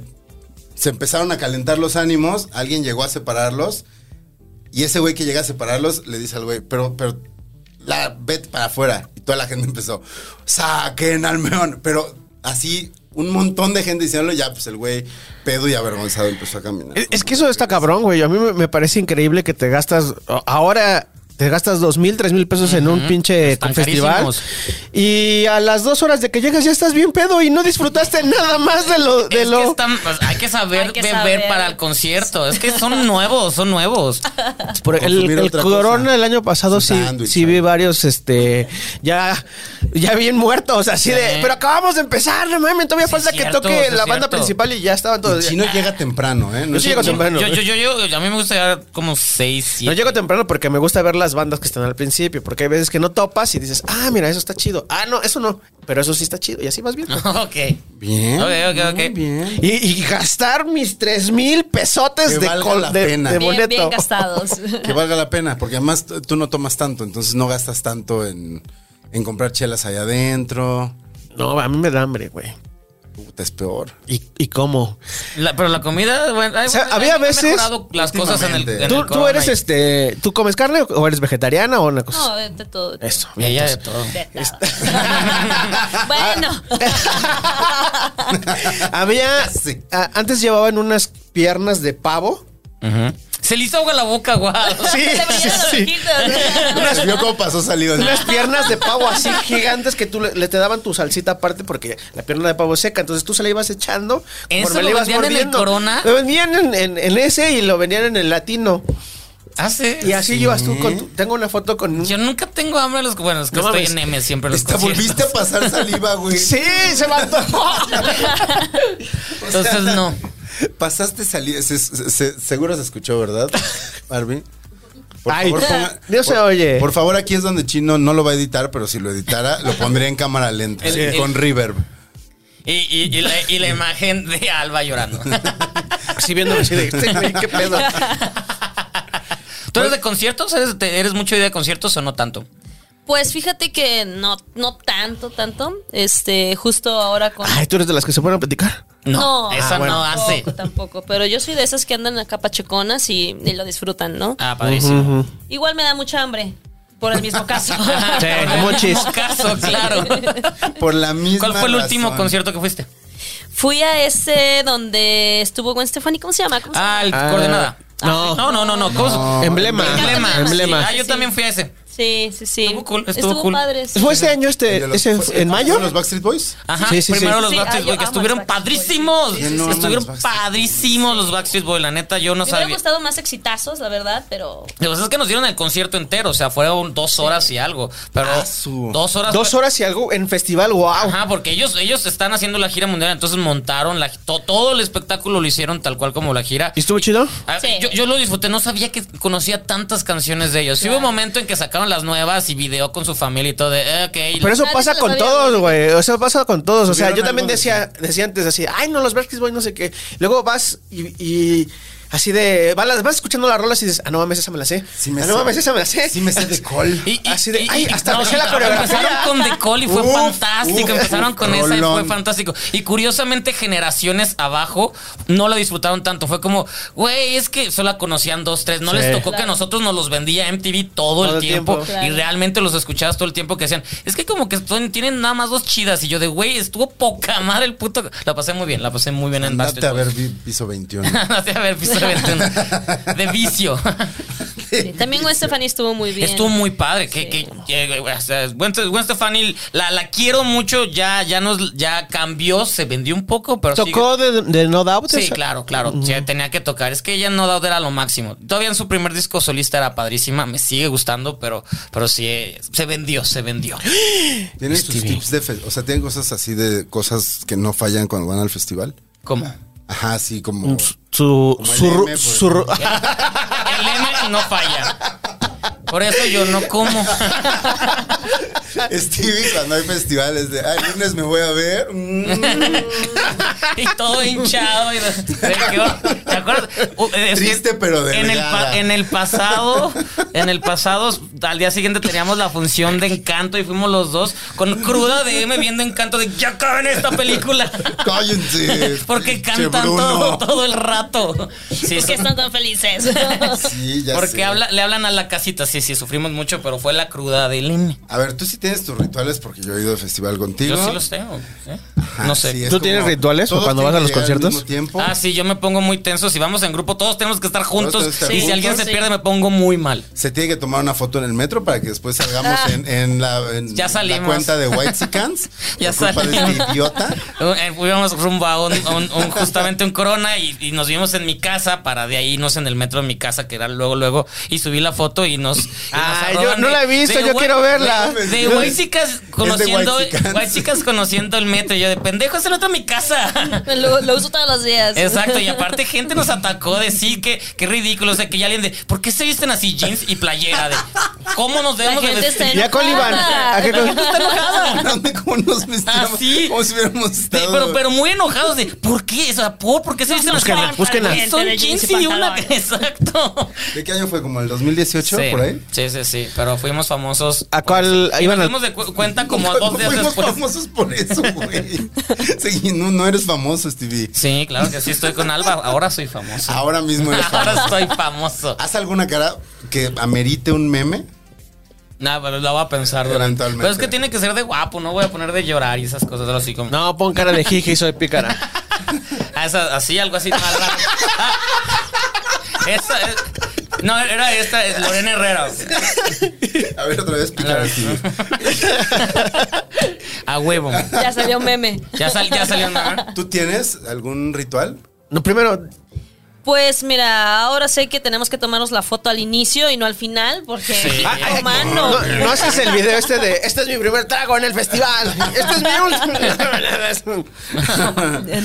se empezaron a calentar los ánimos. Alguien llegó a separarlos. Y ese güey que llega a separarlos le dice al güey, pero, pero, la, vete para afuera. Y toda la gente empezó, saquen al meón. Pero así, un montón de gente diciéndolo, ya, pues el güey pedo y avergonzado empezó a caminar. Es, es que eso está cabrón, güey. A mí me, me parece increíble que te gastas. a- Ahora te gastas dos mil, tres mil pesos en un pinche Están festival. carísimos. Y a las dos horas de que llegas ya estás bien pedo y no disfrutaste nada más de lo. De es lo... que están- pues, hay que saber Hay que beber saber. para el concierto. Es que son nuevos, son nuevos. Por el, consumir el otra corona cosa. el año pasado Un sí, sándwich, sí vi algo. varios, este, ya, ya bien muertos, así de, Sí. pero acabamos de empezar, no mames, todavía Sí, falta es cierto, que toque sí, es la banda cierto. principal y ya estaban El todos. chino llega temprano, ¿eh? No Yo es sí llego como- temprano. Yo, yo, yo, yo- a mí me gusta llegar como seis, No siete. llego temprano porque me gusta ver las bandas que están al principio, porque hay veces que no topas y dices, ah, mira, eso está chido, ah, no, eso no, pero eso sí está chido, y así vas bien. Ok. Bien. Ok, ok, ok. muy Bien. Y, y gastar mis tres mil pesotes Que de, valga col- la de, pena. de bien, boleto. bien gastados. Que valga la pena, porque además t- tú no tomas tanto, entonces no gastas tanto en, en comprar chelas allá adentro. No, a mí me da hambre, güey. Puta, es peor. ¿Y, y cómo? La- pero la comida, bueno, ay, O sea, bueno, había han veces- mejorado las cosas en el. Últimamente. en ¿Tú, el tú corona eres y- este, tú comes carne o eres vegetariana o una cosa? No, de, de todo. de Eso. Ella de entonces. Este. todo. todo. Este. bueno. Ah. Había. Sí. a- antes llevaban unas piernas de pavo. Ujú. Se le hizo agua la boca, guau. Sí, Se me llenan los ojitos. Unas vio cómo pasó salido. Unas piernas de pavo así gigantes que tú le, le te daban tu salsita aparte porque la pierna de pavo es seca. Entonces tú se la ibas echando. ¿Eso conforme lo la ibas vendían en el mordiendo. Corona? Lo vendían en, en- en ese y lo vendían en el latino. Ah, sí. Y así llevas tú con tu- Tengo una foto con un. Yo nunca tengo hambre a los. Bueno, es que No estoy mames. en M siempre en los Te conciertos. volviste a pasar saliva, güey. Sí, se me antojó. Entonces, no. Pasaste saliva. se- se- se- seguro se escuchó, ¿verdad, Barbie? Por Ay, ponga- no se por- oye. Por favor, aquí es donde Chino no lo va a editar, pero si lo editara, lo pondría en cámara lenta. El- con el- reverb. Y, y- y la, y la imagen de Alba llorando. Así viéndome así de. "Este güey, ¿Qué pedo? ¿Tú eres de conciertos? ¿Eres, te- eres mucho idea de conciertos o no tanto? Pues fíjate que no, no tanto, tanto. Este, justo ahora con. Ay, tú eres de las que se ponen a platicar. No, eso ah, bueno. no hace. Tampoco, tampoco. Pero yo soy de esas que andan acá pacheconas y, y lo disfrutan, ¿no? Ah, padrísimo. Igual me da mucha hambre. Por el mismo caso. Sí, Por el mochis. mismo caso, claro. Por la misma. ¿Cuál fue el último razón. concierto que fuiste? Fui a ese donde estuvo Gwen Stefani. ¿Cómo se llama? ¿Cómo se llama? Ah, el Ah, coordenada. no. no, no, no, no. ¿Cómo se- Emblema. Emblema. Emblema. Sí. Ah, yo Sí. también fui a ese. Sí, sí, sí. Estuvo cool, estuvo cool. padre. sí. ¿Fue este año El este, de los- ese en- fue- en mayo? ¿fue los Backstreet Boys? Ajá, Sí, sí, primero sí. los Sí, Backstreet ah, yo Boys, que amo estuvieron los Backstreet Boys. padrísimos. Yo no amo estuvieron los Backstreet padrísimos los Backstreet Boys, la neta, yo no Me hubiera sabía. gustado más exitazos, la verdad, pero. Lo que pasa es que nos dieron el concierto entero, o sea, fueron dos horas y algo. Pero Ah, su. dos horas. Dos horas y algo en festival, wow. Ajá, porque ellos, ellos están haciendo la gira mundial, entonces montaron la, to- todo el espectáculo lo hicieron tal cual como la gira. ¿Y estuvo chido? Ah, Sí. Yo, yo lo disfruté, no sabía que conocía tantas canciones de ellos. Sí hubo un momento en que sacaron las nuevas y video con su familia y todo de, eh, ok. Pero eso Nadie pasa se lo con sabía, todos, ¿no? güey. O sea, pasa con todos. O sea, yo Tuvieron también algo de- decía, decía antes así, ay, no, los Berkis Boy, no sé qué. Luego vas y, y así de, va la- vas, escuchando las rolas y dices, ah, no mames, esa me la sé. Sí me ah, no sé. mames, esa me la sé. Sí, me sé de col. Y- y- así de, y- ay, y- hasta no, me sé y- la coreografía. Empezaron con The Call y fue Uf, fantástico. uf, empezaron con esa y fue rolón. fantástico. Y curiosamente, generaciones abajo no la disfrutaron tanto. Fue como, güey, es que solo la conocían dos, tres. No Sí. les tocó que a Claro. nosotros nos los vendía MTV todo, el tiempo. Claro. Y realmente los escuchabas todo el tiempo que decían, es que como que son- tienen nada más dos chidas. Y yo de, güey, estuvo poca madre el puto. La pasé muy bien, la pasé muy bien en Andate Backstreet a ver Boys. vi- piso 21. Andate a ver, piso 2021. De vicio. Sí, También Gwen Stefani estuvo muy bien. Estuvo muy padre. Que, Sí. que, que- o sea, Gwen Gwen Stefani, la, la quiero mucho. Ya, ya nos ya cambió, se vendió un poco, pero sigue- ¿Tocó de, de No Doubt? Sí, esa? claro, claro. sí, tenía que tocar. Es que ella no Doubt era lo máximo. Todavía en su primer disco solista era padrísima. Me sigue gustando, pero, pero sí eh, se vendió, se vendió. ¿Tienen Este sus tips de fe- O sea, ¿tienen cosas así de cosas que no fallan cuando van al festival? ¿Cómo? Ajá, así como. Mm, Su, Como el su, M, pues. su- El M no falla. Por eso yo no como. Stevie, cuando hay festivales de. Ay, el lunes me voy a ver. mm, y todo hinchado. Y, ¿Te acuerdas? Uh, es que Triste, pero en el, delgada. pa- en el pasado, en el pasado, al día siguiente teníamos la función de Encanto y fuimos los dos con cruda de M viendo Encanto de ya acaben esta película. Cállense. Porque pinche cantan Bruno. todo, todo el rato. Sí, Es que sí. están tan felices. Sí, ya sé. Porque habla- le hablan a la casita, sí, sí, sufrimos mucho, pero fue la cruda del M. A ver, tú sí tienes tus rituales porque yo he ido al festival contigo. Yo sí los tengo. ¿eh? Ajá, No sé. sí, es ¿Tú tienes rituales o todos cuando vas tienen a los que llegar al conciertos? mismo tiempo. Ah, sí, yo me pongo muy tenso. Si vamos en grupo, todos tenemos que estar juntos. tenemos que estar y si juntos. alguien se Sí. pierde, me pongo muy mal. Se tiene que tomar una foto en el metro para que después salgamos en, en la, en Ah. Ya la salimos. cuenta de White Sicans. Ya culpa de este salimos. idiota. Eh, Fuimos rumbo a un, a un- un- justamente un corona y, y nos vimos en mi casa para de ahí irnos en el metro de mi casa, que era luego, luego, y subí la foto y nos. y nos Ay, Ah, yo arroban no de- la he visto, de yo Wa- quiero verla. De, de Huaycicas conociendo. Huaycicans. Huaycicas conociendo el metro. Y yo de pendejo, es el otro a mi casa. lo, lo uso todos los días. Exacto, y aparte gente nos atacó de sí, que, que ridículo, o sea, que ya alguien de, ¿por qué se visten así jeans y playera? De, ¿Cómo nos La debemos de gente está vestir? Ya con Iván. enojada. ¿A qué con- Ande como nos vestíamos. Ah, sí. Como si hubiéramos Sí, estado. pero, pero muy enojados de ¿por qué? O sea, ¿por, ¿por qué se dicen Búsquenla, búsquenla. Son Entre jeans y 15 y una. pantalón. Exacto. ¿De qué año fue? ¿Como el 2018? Sí, ¿Por ahí? sí, sí, sí, Pero fuimos famosos. ¿A por cuál eso. Y iban nos al- dimos de cu- cuenta como a dos días fuimos después. famosos por eso, güey. Sí, no, no eres famoso, Stevie. Sí, claro que sí, estoy con Alba. Ahora soy famoso. Ahora mismo eres Ahora famoso. estoy famoso. ¿Haz alguna cara que amerite un meme? Nada, pero la voy a pensar durante. Eventualmente. Pero es que tiene que ser de guapo, no voy a poner de llorar y esas cosas así como. No, pon cara de jiji y soy pícara. Ah, esa- así, algo así. no, algo- Ah. Esa es- No, era esta, es Lorena Herrera. A ver, otra vez, picar Stevie. A huevo. Ya salió un meme. Ya, sal, ya salió ¿no? ¿Tú tienes algún ritual? No, primero, Pues mira, ahora sé que tenemos que tomarnos la foto al inicio y no al final, porque Sí. Ah, ay, humano. no, no haces el video este de este es mi primer trago en el festival. Este es mi último.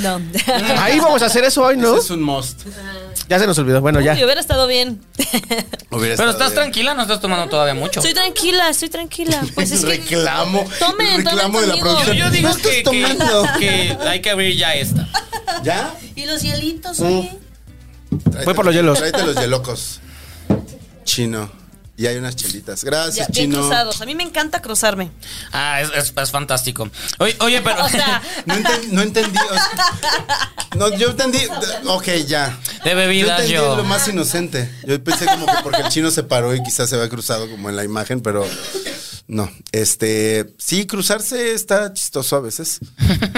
No. Ahí vamos a hacer eso hoy, ¿no? Ese es un must. Ya se nos olvidó. Bueno, ya. Y hubiera estado bien. Hubiera Pero estado estás bien. tranquila, no estás tomando todavía mucho. Estoy tranquila, estoy tranquila. Pues es que reclamo. Tomen, el tomen reclamo de la Yo, conmigo. producción. yo digo No estás que, que- tomando. que hay que abrir ya esta. ¿Ya? ¿Y los hielitos, oye? Tráete- por los hielos. Tráete los hielocos. Chino. Y hay unas chelitas. Ya, Gracias, bien chino. cruzados. A mí me encanta cruzarme. Ah, es, es- es fantástico. Oye, oye, pero. O sea, No, enten- no entendí. o sea, no, yo entendí. Ok, ya. De Yo bebidas entendí yo. lo más inocente. Yo pensé como que porque el chino se paró y quizás se había cruzado como en la imagen, pero no. Este, sí, cruzarse está chistoso a veces.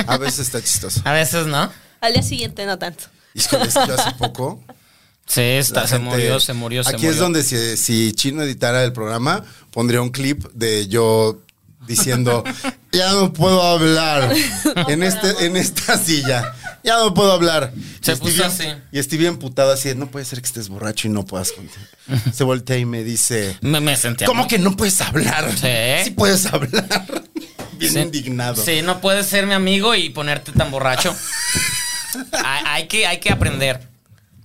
A veces está chistoso. A veces, ¿no? al día siguiente no tanto. Híjole, es que yo hace poco Sí, está, La se gente- murió, se murió, se Aquí murió. es donde si, si Chino editara el programa, pondría un clip de yo diciendo, ya no puedo hablar en, este, en esta silla. Ya no puedo hablar. Se y estoy puso bien- así. Y estoy bien putado así, de, no puede ser que estés borracho y no puedas contar. Se voltea y me dice, Me, me sentía. ¿cómo muy- que no puedes hablar? Sí. Sí puedes hablar. Bien Sí. indignado. Sí, no puedes ser mi amigo y ponerte tan borracho. hay, hay que, hay que aprender.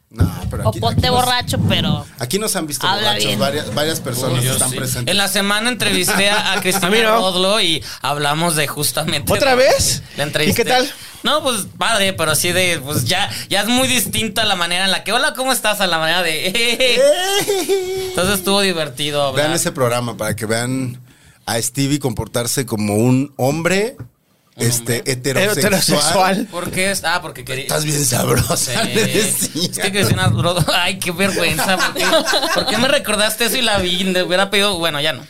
No, pero O aquí, ponte aquí nos, borracho, pero. aquí nos han visto Habla borrachos. bien. Varias, varias personas Yo están Pues sí. presentes. En la semana entrevisté a, a Cristina A mí no. Rodlo y hablamos de justamente. ¿Otra vez? La entrevisté. ¿Y qué tal? No, pues padre, pero sí de. Pues ya, ya es muy distinta la manera en la que. Hola, ¿cómo estás? A la manera de. "Eh, Eh. Entonces estuvo divertido. hablar. Vean ese programa para que vean a Stevie comportarse como un hombre, este heterosexual. Heterosexual. ¿Por qué? es- Ah, porque quería. Estás bien sabrosa. le Eh, decía. es que Cristina Rodlo. Ay, qué vergüenza. ¿por qué, por qué me recordaste eso y la vi? Le hubiera pedido. Bueno, ya no.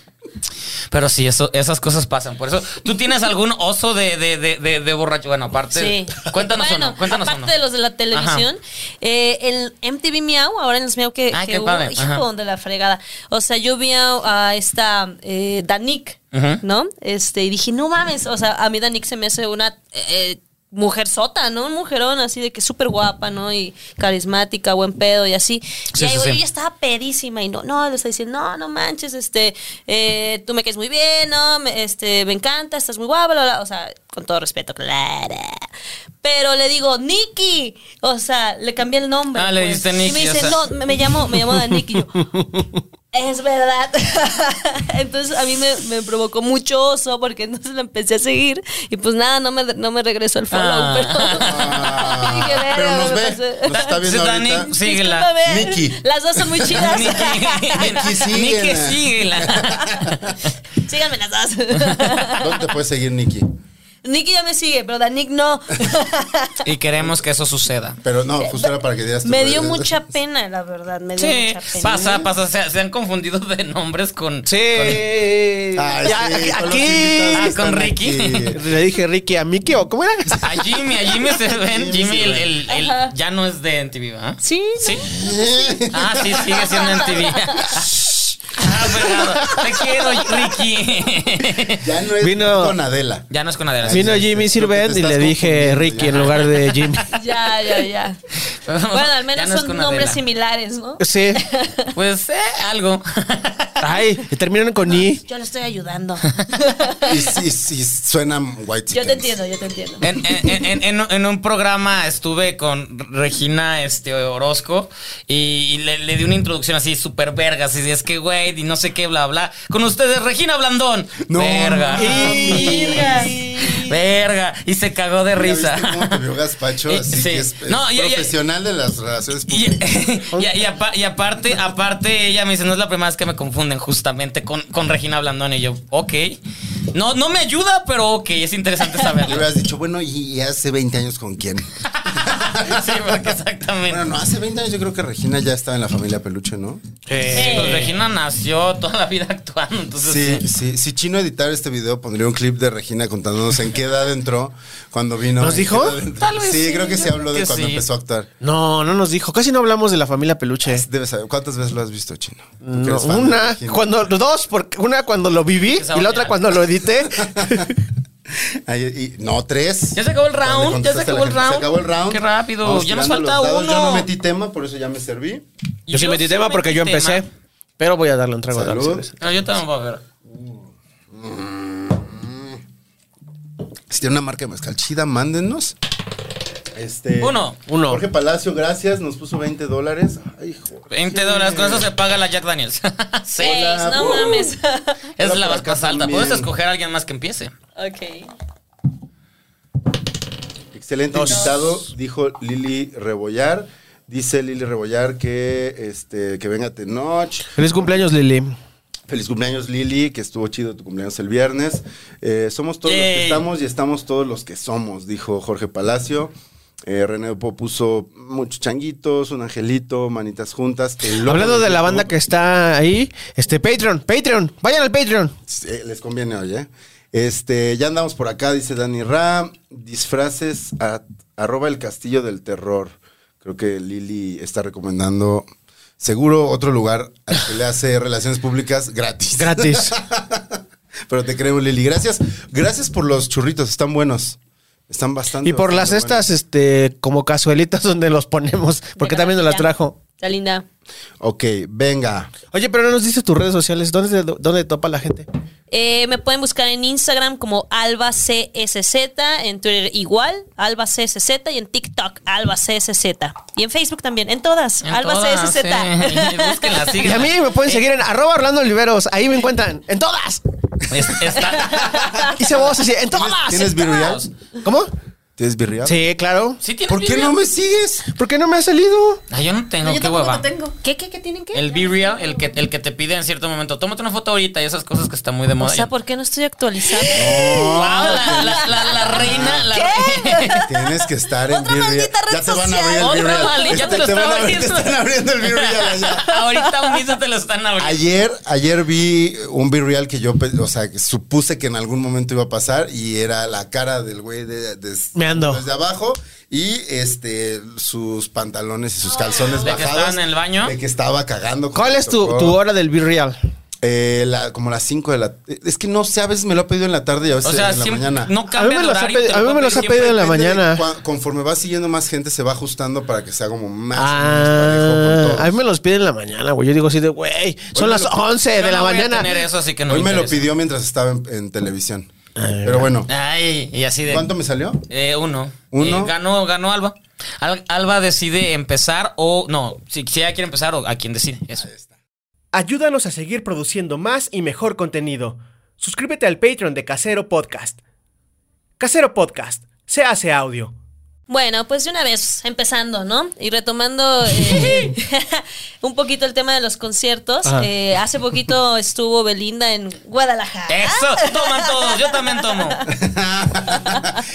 Pero sí, eso, esas cosas pasan. Por eso, ¿tú tienes algún oso de, de, de, de- de borracho? Bueno, aparte. Sí. Cuéntanos Bueno, uno. Cuéntanos aparte uno. de los de la televisión, eh, el MTV Miau, ahora en los Miau que, Ay, que qué hubo, padre, hijo ajá. de la fregada. O sea, yo vi a, a esta eh, Danik, Ujú. ¿no? Este, y dije, no mames, o sea, a mí Danik se me hace una... Eh, Mujer sota, ¿no? Un mujerón así de que súper guapa, ¿no? Y carismática, buen pedo y así. Sí, y ahí sí, voy, sí. yo ya estaba pedísima y no, no, le está diciendo, no, no manches, este, eh, tú me caes muy bien, no, me, este, me encanta, estás muy guapa, bla, bla, o sea, con todo respeto, Clara. Pero le digo, Nikki, o sea, le cambié el nombre. pues. Ah, le diste Y Nikki, me o dice, sea. no, me, me llamo, me llamo Danik", y yo, es verdad. Entonces a mí me, me provocó mucho oso porque entonces la empecé a seguir y pues nada, no me, no me regresó el follow. Ah. Ah, Pero, Dije, pero "Verga, nos me ve, pasé". nos está viendo Dani, ahorita. sí. Síguela. Discúlpame. Nikki. Las dos son muy chidas. Niki, síguela. Niki, síguela. Síganme las dos. ¿Dónde te puede seguir, Nikki? Nicky ya me sigue, pero Danik no. Y queremos que eso suceda. Pero no, justo era para que dieras tu- Eh, me dio mucha pena, la verdad. Me dio Sí, mucha pena. pasa, pasa. Se, se han confundido de nombres con. Sí. Ah, sí, Ya, aquí- con los aquí. invitados que Ah, con están Ricky. aquí. Le dije Ricky a Mickey o cómo era. con- A Jimmy, a Jimmy se ven. Jimmy, el, el- el- Ajá. ya no es de NTV, ¿verdad? Sí. Sí. Ah, sí, sigue siendo NTV. Ah, pegado. Te quiero, Ricky. Ya no es Vino- con Adela. Ya no es con Adela. Vino sí, Jimmy sí, creo que te Sirvent y estás le dije confundiendo Ricky ya. en lugar de Jimmy. Ya, ya, ya. Bueno, al menos son nombres similares, ¿no? Sí. Pues eh, algo. Ay, terminaron con I. Yo le estoy ayudando. Y sí, sí, suena white yo te chickens. entiendo, yo te entiendo. En, en- en- en- en un programa estuve con Regina este, Orozco y, y le, le di una introducción así súper vergas. Y es que, güey, y no sé qué, bla, bla. Con ustedes, Regina Blandón. No. Verga. Verga. Verga. Y se cagó de Ya risa. viste cómo te vio Gaspacho, Eh, así sí. que es, es No, y- y- profesional de las relaciones Y, públicas. y- y apa- y aparte, aparte, ella me dice, no es la primera vez que me confunden justamente con, con Regina Blandón. Y yo, ok. No, no me ayuda, pero ok, es interesante Le saberlo. hubieras dicho, bueno, ¿y hace 20 años con quién? sí, porque exactamente. Bueno, no, hace 20 años yo creo que Regina ya estaba en la familia Peluche, ¿no? Eh, pues Regina nació toda la vida actuando, entonces Sí, sí. sí. Si Chino editara este video, pondría un clip de Regina contándonos en qué edad entró cuando vino. ¿Nos en dijo? qué edad entró. Tal vez Sí, sí, creo que yo se habló creo de que cuando sí. empezó a actuar. No, no nos dijo. Casi no hablamos de la familia Peluche. Debes saber, ¿cuántas veces lo has visto, Chino? Tú que No, eres fan de una, Regina. cuando, dos, porque una cuando lo viví Esa y la otra. otra cuando lo edité. Ahí- y- no, tres. Ya se acabó el Donde round, ya se contestaste a acabó la el gente. round. Se acabó el round. Qué rápido, Vamos ya nos tirando falta los dados. Yo no uno. metí tema, por eso ya me serví. Yo sí metí tema porque yo metí tema. empecé. Pero voy a darle un trago de la Salud. cerveza. No, yo también voy a ver. Si tiene una marca de mezcal chida, mándenos. Este, Uno. Uno. Jorge Palacio, gracias. Nos puso 20 dólares. Ay, Jorge. 20 dólares, con eso se paga la Jack Daniels. sí. Seis, no Uh. mames. Esa es la Por acá más alta. también. Puedes escoger a alguien más que empiece. ok. Excelente invitado, dijo Lili Rebollar. Dice Lili Rebollar que, este, que venga Tenoch. Feliz cumpleaños, Lili. Feliz cumpleaños, Lili, que estuvo chido tu cumpleaños el viernes. Eh, somos todos los que Yay. estamos y estamos todos los que somos, dijo Jorge Palacio. Eh, René Po puso muchos changuitos, un angelito, manitas juntas. el logo Hablando de la YouTube. banda que está ahí, este Patreon, Patreon, vayan al Patreon. Eh, les conviene hoy, ¿eh? Este, ya andamos por acá, dice Dani Ra. Disfraces a- arroba el castillo del terror. Creo que Lili está recomendando. Seguro otro lugar al que le hace relaciones públicas gratis. Gratis. Pero te creo, Lili. Gracias. Gracias por los churritos. Están bunos. Están bastante. Y por las bastante estas, este, como cazuelitas donde los ponemos, porque Venga, también nos las pues ya. trajo. Está linda. buenos. Ok, venga. Oye, pero no nos dices tus redes sociales, ¿dónde, te- dónde te topa la gente? Eh, me pueden buscar en Instagram como AlbaCSZ, en Twitter igual, AlbaCSZ y en TikTok, AlbaCSZ. Y en Facebook también, en todas, En todas, AlbaCSZ. sí. Búsquenla, Eh, Y a síguenla. mí me pueden seguir en arroba Orlando Oliveros, ahí me encuentran, en todas. Es- está- Hice voz así, en todas. ¿Tienes en todas. virreal? ¿Por ¿Tienes virreal? Sí, claro. ¿Sí tienes ¿Por qué B-Real? no me sigues? ¿Por qué no me ha salido? Ah, yo no tengo, yo qué tampoco hueva. lo tengo. ¿Qué, qué, qué tienen que? El Be Real, el que, el que te pide en cierto momento, tómate una foto ahorita y esas cosas que están muy de O moda. Ah, sea, ¿por qué no estoy actualizada? Wow, la, la- la- la reina. La, Tienes que estar en Otra Be Real. maldita red Ya te van a abrir social. el Be Otra Real. maldita, ya te lo van a estaba abrir- te diciendo. están abriendo el Be Real allá. Ahorita mismo te lo están abriendo. Ayer, ayer vi un B-Real que yo, pe- o sea, que supuse que en algún momento iba a pasar y era la cara del güey de, de- Meando. desde abajo y este sus pantalones y sus calzones ¿De que bajados. estaba en el baño? De que estaba cagando. ¿Cuál es tu, Tocó, tu hora del B-Real? eh, la- como las 5 de la... Es que no sé, a veces me lo ha pedido en la tarde y a veces O sea, en la siempre- mañana. no A mí cambia me el los ha horario. pedido- te a mí lo me los ha cambia pedido en la Depende de mañana. cua- conforme va siguiendo más gente, se va ajustando para que sea como Ah, más... o menos parejo con Ah, todos. a mí me los piden en la mañana, güey. Yo digo así de, güey, son me las lo piden. 11 Yo de la no voy a mañana. tener eso, así que no Hoy me lo interesa. pidió mientras estaba en, en televisión. Ah, Pero Ah, bueno, Ay, y así de. ¿cuánto me salió? Eh, uno. Uno. Eh, ganó, ganó Alba. Al- Alba decide empezar o. No, si, si ella quiere empezar o a quien decide. Eso. Ayúdanos a seguir produciendo más y mejor contenido. Suscríbete al Patreon de Casero Podcast. Casero Podcast, se hace audio. Bueno, pues de una vez, empezando, ¿no? Y retomando eh, un poquito el tema de los conciertos. eh, hace poquito estuvo Belinda en Ah. Guadalajara. Eso, toman todos, yo también tomo. Ah,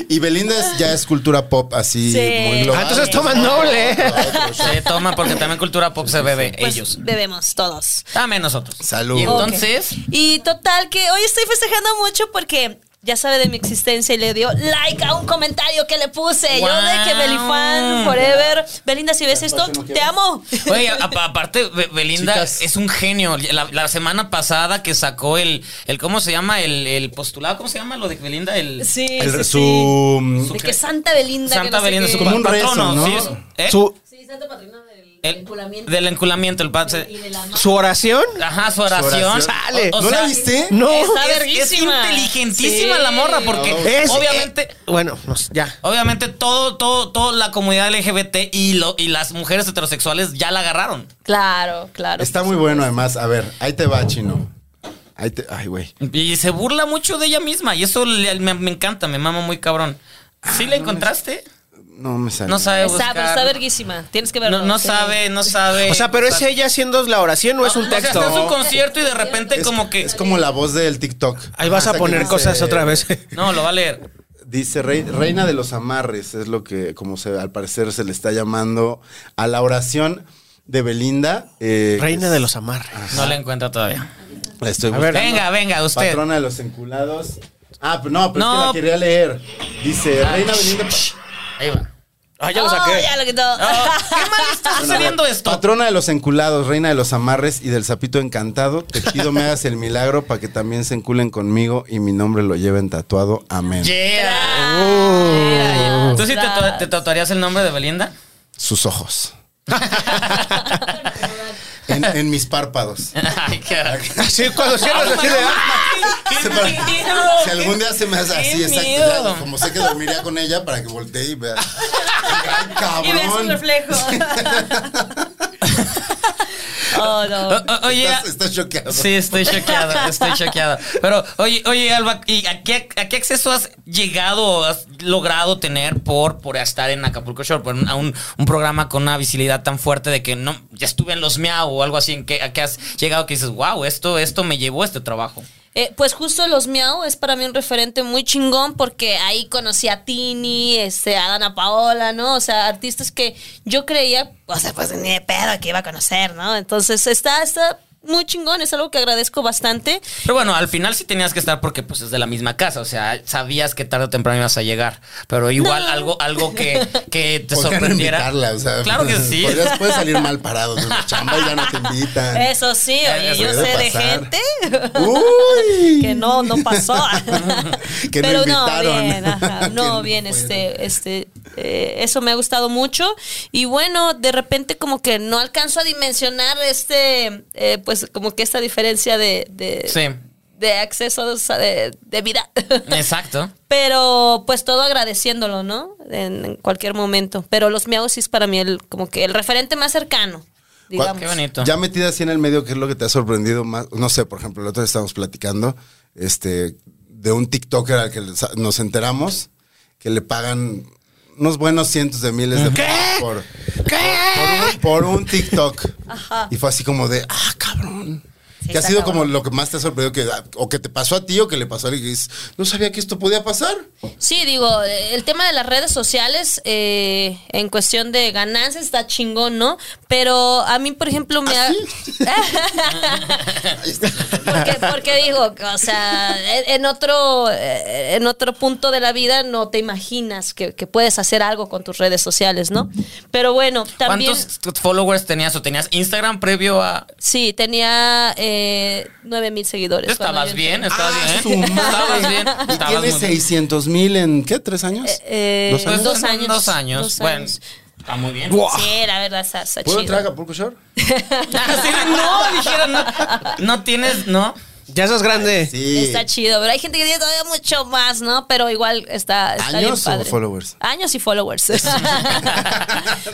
y Belinda es- ya es cultura pop así Sí. muy Ah, global. entonces toman noble. ¿eh? Se toma porque también cultura pop se bebe Pues, ellos. Bebemos todos. También nosotros. Salud. Y entonces. Y total que hoy estoy festejando mucho porque ya sabe de mi existencia y le dio like a un comentario que le puse. Yo de que Wow. Belifan forever. Belinda, si ves esto, te amo. Oye, a- a- aparte, Be- Belinda Chicas. es un genio. La, la semana pasada que sacó el, el ¿cómo se llama? El, el postulado, ¿cómo se llama lo de Belinda? El, Sí, El- sí, sí. su De que Santa Belinda. que Santa no sé Belinda, qué. su Como un rezo, patrono, ¿no? sí, es- ¿eh? Su, Sí, Santa Patrona del El- enculamiento. Del enculamiento, el padre. y de la madre. su oración. Ajá, su oración. oración. Chale. ¿No la viste? No. Ah, Está Es- verguísima. es Es inteligentísima la morra porque Es- obviamente... eh, bueno, no sé, ya. Obviamente todo, todo, toda la comunidad LGBT y, lo, y las mujeres heterosexuales ya la agarraron. Claro, claro. Está muy bueno además. A ver, ahí te va, Chino. Ahí te... Ay, güey. Y se burla mucho de ella misma y eso le- me, me encanta, me mama muy cabrón. Ah, ¿Sí la encontraste? No me salió. No sabe Está, buscar. pero está verguísima. Tienes que verlo. no, no sí. sabe, no sabe. O sea, pero es ella haciendo la oración, no es un O sea, texto. está en su concierto y de repente Es como que... Es como la voz del TikTok. Ahí vas Hasta a que poner dice- cosas otra vez. No, lo va a leer. Dice "Rei- Reina de los Amarres, es lo que como se, al parecer se le está llamando a la oración de Belinda. eh, Reina que de los amarres. No la encuentro todavía. es- la estoy A ver. buscando. Venga, venga, usted. Patrona de los enculados. Ah, pero no, pero es No. Ah, que la quería leer. Dice Reina Belinda. pa- Ahí va. Ah, Oh, ya lo quitó. Ah, ¿Qué mal está sucediendo esto? Patrona de los enculados, reina de los amarres y del sapito encantado, te pido me hagas el milagro para que también se enculen conmigo y mi nombre lo lleven tatuado. Amén. Yeah. ¿Tú sí te, Ostras. to- te tatuarías el nombre de Belinda? Sus ojos. en, en mis párpados. Ay, qué Sí, Ah, cuando cierras pues así de. "Ah, Se para- Si algún día se me hace así, Qué exacto. miedo. ya, como sé que dormiría con ella para que voltee y vea. Ay, Y ves un cabrón. reflejo. oh, no. O- o- oye, Estás, estás choqueado. sí, estoy choqueada, estoy choqueada. Pero, oye, oye, Alba, ¿y a qué, a qué acceso has llegado o has logrado tener por, por estar en Acapulco Shore, por un, a un, un programa con una visibilidad tan fuerte de que no, ya estuve en los Miau o algo así, ¿en qué, a qué has llegado que dices, wow, esto, esto me llevó a este trabajo? Eh, pues justo Los Miau es para mí un referente muy chingón porque ahí conocí a Tini, este, a Dana Paola, ¿no? O sea, artistas que yo creía, o sea, pues ni de pedo que iba a conocer, ¿no? Entonces está, está muy chingón, es algo que agradezco bastante. Pero bueno, al final sí tenías que estar porque pues es de la misma casa, o sea, sabías que tarde o temprano ibas a llegar, pero igual No. algo algo que, que te ¿Por qué no sorprendiera. invitarla? O sea, claro que sí. podrías- puedes salir mal parado de una chamba y ya no te invitan. Eso sí, oye, yo Puede sé de pasar. gente Uy. que no, no pasó. Que no Pero no, invitaron. bien, ajá, Que no, no bien, fueron. este, este, eh, eso me ha gustado mucho. Y bueno, de repente como que no alcanzo a dimensionar este, eh, pues como que esta diferencia de, de, Sí. de acceso, o sea, de, de vida. Exacto. Pero pues todo agradeciéndolo, ¿no? En, en cualquier momento. Pero los miau sí es para mí el, como que el referente más cercano, digamos. Qué bonito. Ya metida así en el medio, ¿qué es lo que te ha sorprendido más? No sé, por ejemplo, el otro día estábamos platicando este, de un TikToker al que les- nos enteramos que le pagan unos buenos cientos de miles de pesos por, por un- por un, TikTok. Y fue así como de, ah, cabrón. Sí, que ha está sido cabrón. como lo que más te ha sorprendido que, ah, o que te pasó a ti o que le pasó a alguien que dices, no sabía que esto podía pasar. Sí, digo, eh, el tema de las redes sociales eh, en cuestión de ganancias está chingón, ¿no? Pero a mí, por ejemplo, me ha... porque, porque digo, o sea, en- en otro, eh, en otro punto de la vida no te imaginas que, que puedes hacer algo con tus redes sociales, ¿no? Pero bueno, también... ¿Cuántos t- followers tenías o tenías Instagram previo a. Sí, tenía eh, 9 mil seguidores. Pues cuando ¿Estabas yo bien? entré. ¿Estabas Ah, su bien? ¿Estabas madre. bien? Y ¿Estabas tiene muy bien. Pues 600 mil en, ¿qué? ¿Tres años? Eh, ¿Dos años? Dos años. Dos años. Dos bueno, años. está muy bien. Sí, la verdad, está, está ¿Puedo eh, chido. entrar a Acapulco Shore? Sí, no, dijera, no, no tienes, no. Ya sos grande. Sí. Está chido, pero hay gente que tiene todavía mucho más, ¿no? Pero igual está, está bien ¿Años o padre. followers? Años y followers.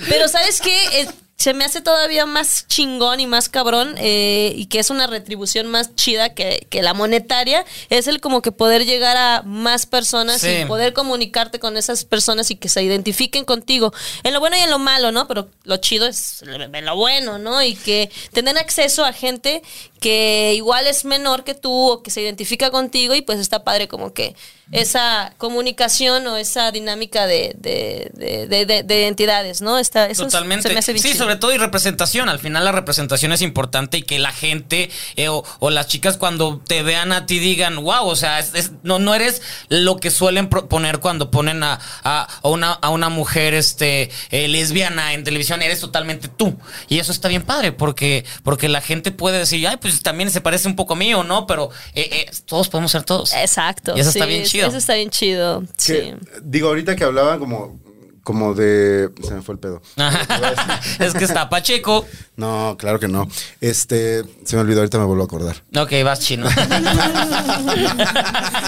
pero ¿sabes qué? Eh, se me hace todavía más chingón y más cabrón eh, y que es una retribución más chida que, que la monetaria. Es el como que poder llegar a más personas Sí. y poder comunicarte con esas personas y que se identifiquen contigo. En lo bueno y en lo malo, ¿no? Pero lo chido es en lo bueno, ¿no? Y que tener acceso a gente que igual es menor que tú o que se identifica contigo y pues está padre como que esa comunicación o esa dinámica de, de, de- de- de- de identidades, ¿no? Está, eso es- Totalmente. se me hace bien sí, chido. sobre todo y representación. Al final la representación es importante y que la gente eh, o, o las chicas cuando te vean a ti digan, wow, o sea, es- es- no, no eres lo que suelen proponer cuando ponen a, a- a una, a una mujer este, eh, lesbiana en televisión, eres totalmente tú. Y eso está bien padre porque, porque la gente puede decir, ay, pues también se parece un poco a mí o no, pero eh, eh, todos podemos ser todos. Exacto. Y eso está sí, bien chido. Eso está bien chido. Que, Sí. Digo, ahorita que hablaban como, como de... Se me fue el pedo. es que está Pacheco. No, claro que no. Este, se me olvidó, ahorita me vuelvo a acordar. Ok, vas chino.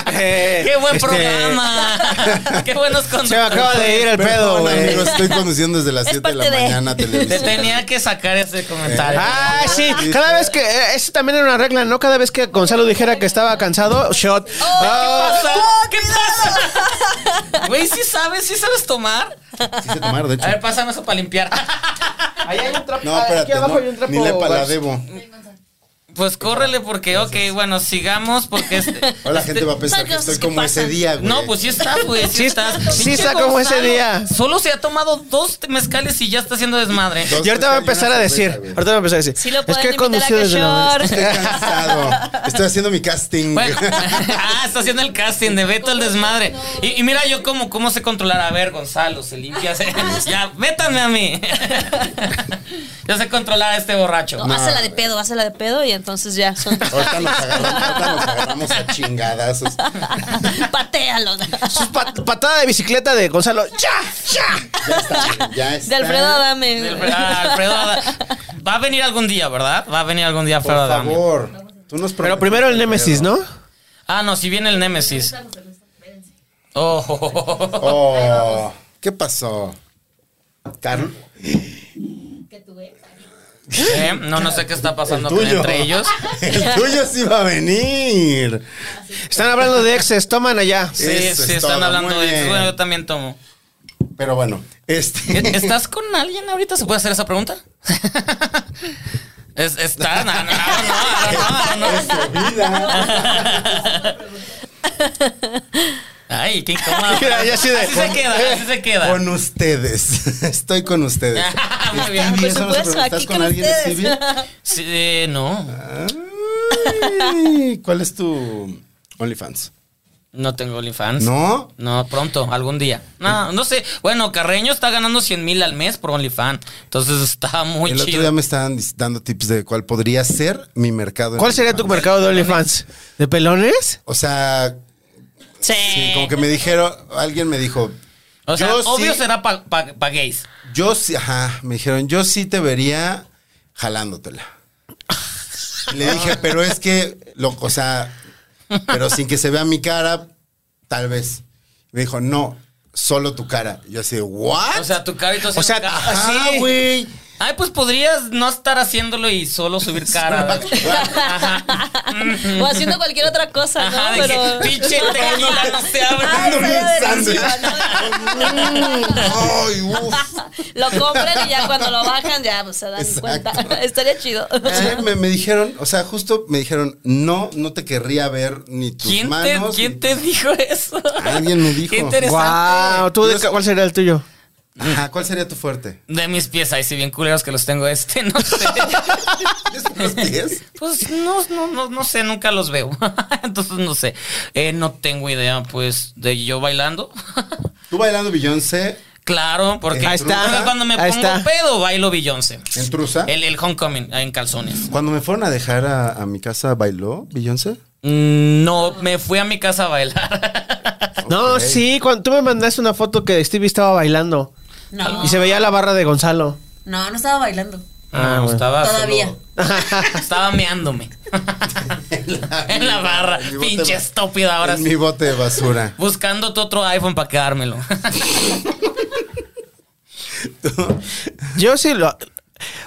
¡Qué buen Este- programa! ¡Qué buenos Se me acaba conceptos! de ir el pedo, Perdón, güey. amigos, estoy conduciendo desde las Es 7 de la parte de- mañana a Te televisión. tenía que sacar ese comentario. Ah, sí, cada vez que. eh, Eso también era una regla, ¿no? Cada vez que Gonzalo dijera que estaba cansado, Oh, shot. Ah, ¿Qué pasa? ¿Qué pasa? Güey, ¿sí sabes? ¿Sí sabes tomar? Quise tomar, de hecho. A ver, pásame eso para limpiar. Ahí hay un trapo. No, aquí espérate, abajo no, hay un trapo, ni lepa la Bars. debo. Pues córrele porque, ok, bueno, sigamos porque... Este, Ahora la gente va a pensar Son que estoy cosas que como ese pasan. día, güey. No, pues sí estás, güey, sí, Sí, estás. sí Pinche está como ese día. Solo se ha tomado dos mezcales y ya está haciendo desmadre. Dos, Y ahorita va a tres, empezar una a decir. cerveza, güey. Ahorita va a empezar a decir. Sí lo es pueden que he invitar a conducido desde la que Estoy cansado. Estoy haciendo mi casting. Bueno, ah, está haciendo el casting de Beto el desmadre. Y, y mira yo cómo, cómo se controlará. A ver, Gonzalo, se limpia. se- ya, métanme a mí. yo sé controlar a este borracho. No, hazla de pedo, hazla de pedo y entonces ya son. Ahorita nos agarramos, ahorita nos agarramos a chingadazos. Patealo. Sus pat- patada de bicicleta de Gonzalo. ¡Ya! ¡Ya! Ya está, ya está. De Alfredo Adame. Del- ah, Alfredo Adame. Va a venir algún día, ¿verdad? Va a venir algún día Por Alfredo Adame. favor. Tú nos Pero primero el Némesis, ¿no? Ah, no, si viene el Némesis. Oh, oh, oh, oh, oh. Oh, ¿Qué pasó? Carlos. Eh, No, no sé qué está pasando El tuyo. entre ellos. El tuyo sí va a venir. Están hablando de exes, toman allá. Sí, Eso sí, es están todo, hablando muy de eso. bien. Bueno, yo también tomo. Pero bueno, este. ¿E-, ¿Estás con alguien ahorita? ¿Se puede hacer esa pregunta? Es- ¿Estás? No, no, no, no, no, no. Es tu vida. Ay, qué incómodo. Ya, ya así sí de- se queda, así se queda. Con ustedes. Estoy con ustedes. Muy bien. Y Por eso no se pregunta, supuesto, aquí ¿Estás con con alguien ustedes. de civil? Sí, eh, no, Ay, ¿Cuál es tu OnlyFans? no tengo OnlyFans. ¿No? No, pronto, algún día. No, no sé. Bueno, Carreño está ganando 100 mil al mes por OnlyFans. Entonces está muy el otro chido. día me estaban dis- dando tips de cuál podría ser mi mercado. en ¿Cuál sería tu OnlyFans. mercado de OnlyFans? ¿De pelones? O sea, Sí. sí, como que me dijeron, alguien me dijo, O sea, Yo sí- obvio será para pa, pa gays. yo sí, ajá, me dijeron, yo sí te vería jalándotela. Le dije, pero es que, lo, o sea, pero sin que se vea mi cara, tal vez. Me dijo, no, solo tu cara. Yo así, ¿what? O sea, tu carito O sea, Ajá, sí. güey. Ay, pues podrías no estar haciéndolo y solo subir cara. Ajá. o haciendo cualquier otra cosa, ¿no? Ajá, de que, Pero. Ah, pinche tequila, no se abre. Ay, Dándome estaría un buenísimo, ¿no? Ay, uf. Lo compran y ya cuando lo bajan, ya pues, se dan Exacto. cuenta. Estaría chido. Sí, me, me dijeron, o sea, justo me dijeron, no, no te querría ver ni tus ¿Quién, te, manos. ¿Quién ni- te dijo eso? Alguien me dijo. Qué interesante. Wow, ¿tú de Los- ca- ¿Cuál sería el tuyo? Ajá, ¿cuál sería tu fuerte? De mis pies, ahí sí bien culeros que los tengo este, no sé. ¿Tienes los pies? Pues no, no, no, no sé, nunca los veo. Entonces no sé. Eh, no tengo idea, pues, de yo bailando. Tú bailando Beyoncé claro, porque Ahí está, porque cuando me ahí pongo está. pedo, bailo Beyoncé. en trusa. El, el homecoming en calzones. Cuando me fueron a dejar a, a mi casa, ¿bailó Beyoncé? Mm, No, me fui a mi casa a bailar. No, Ok. sí, cuando tú me mandaste una foto que Stevie estaba bailando No, y se veía la barra de Gonzalo. no, no estaba bailando. Ah, estaba Todavía. solo- estaba meándome. en la barra. En mi bote Pinche de- estúpida ahora en mi sí. bote de basura. Buscando tu otro iPhone para quedármelo. Yo sí lo...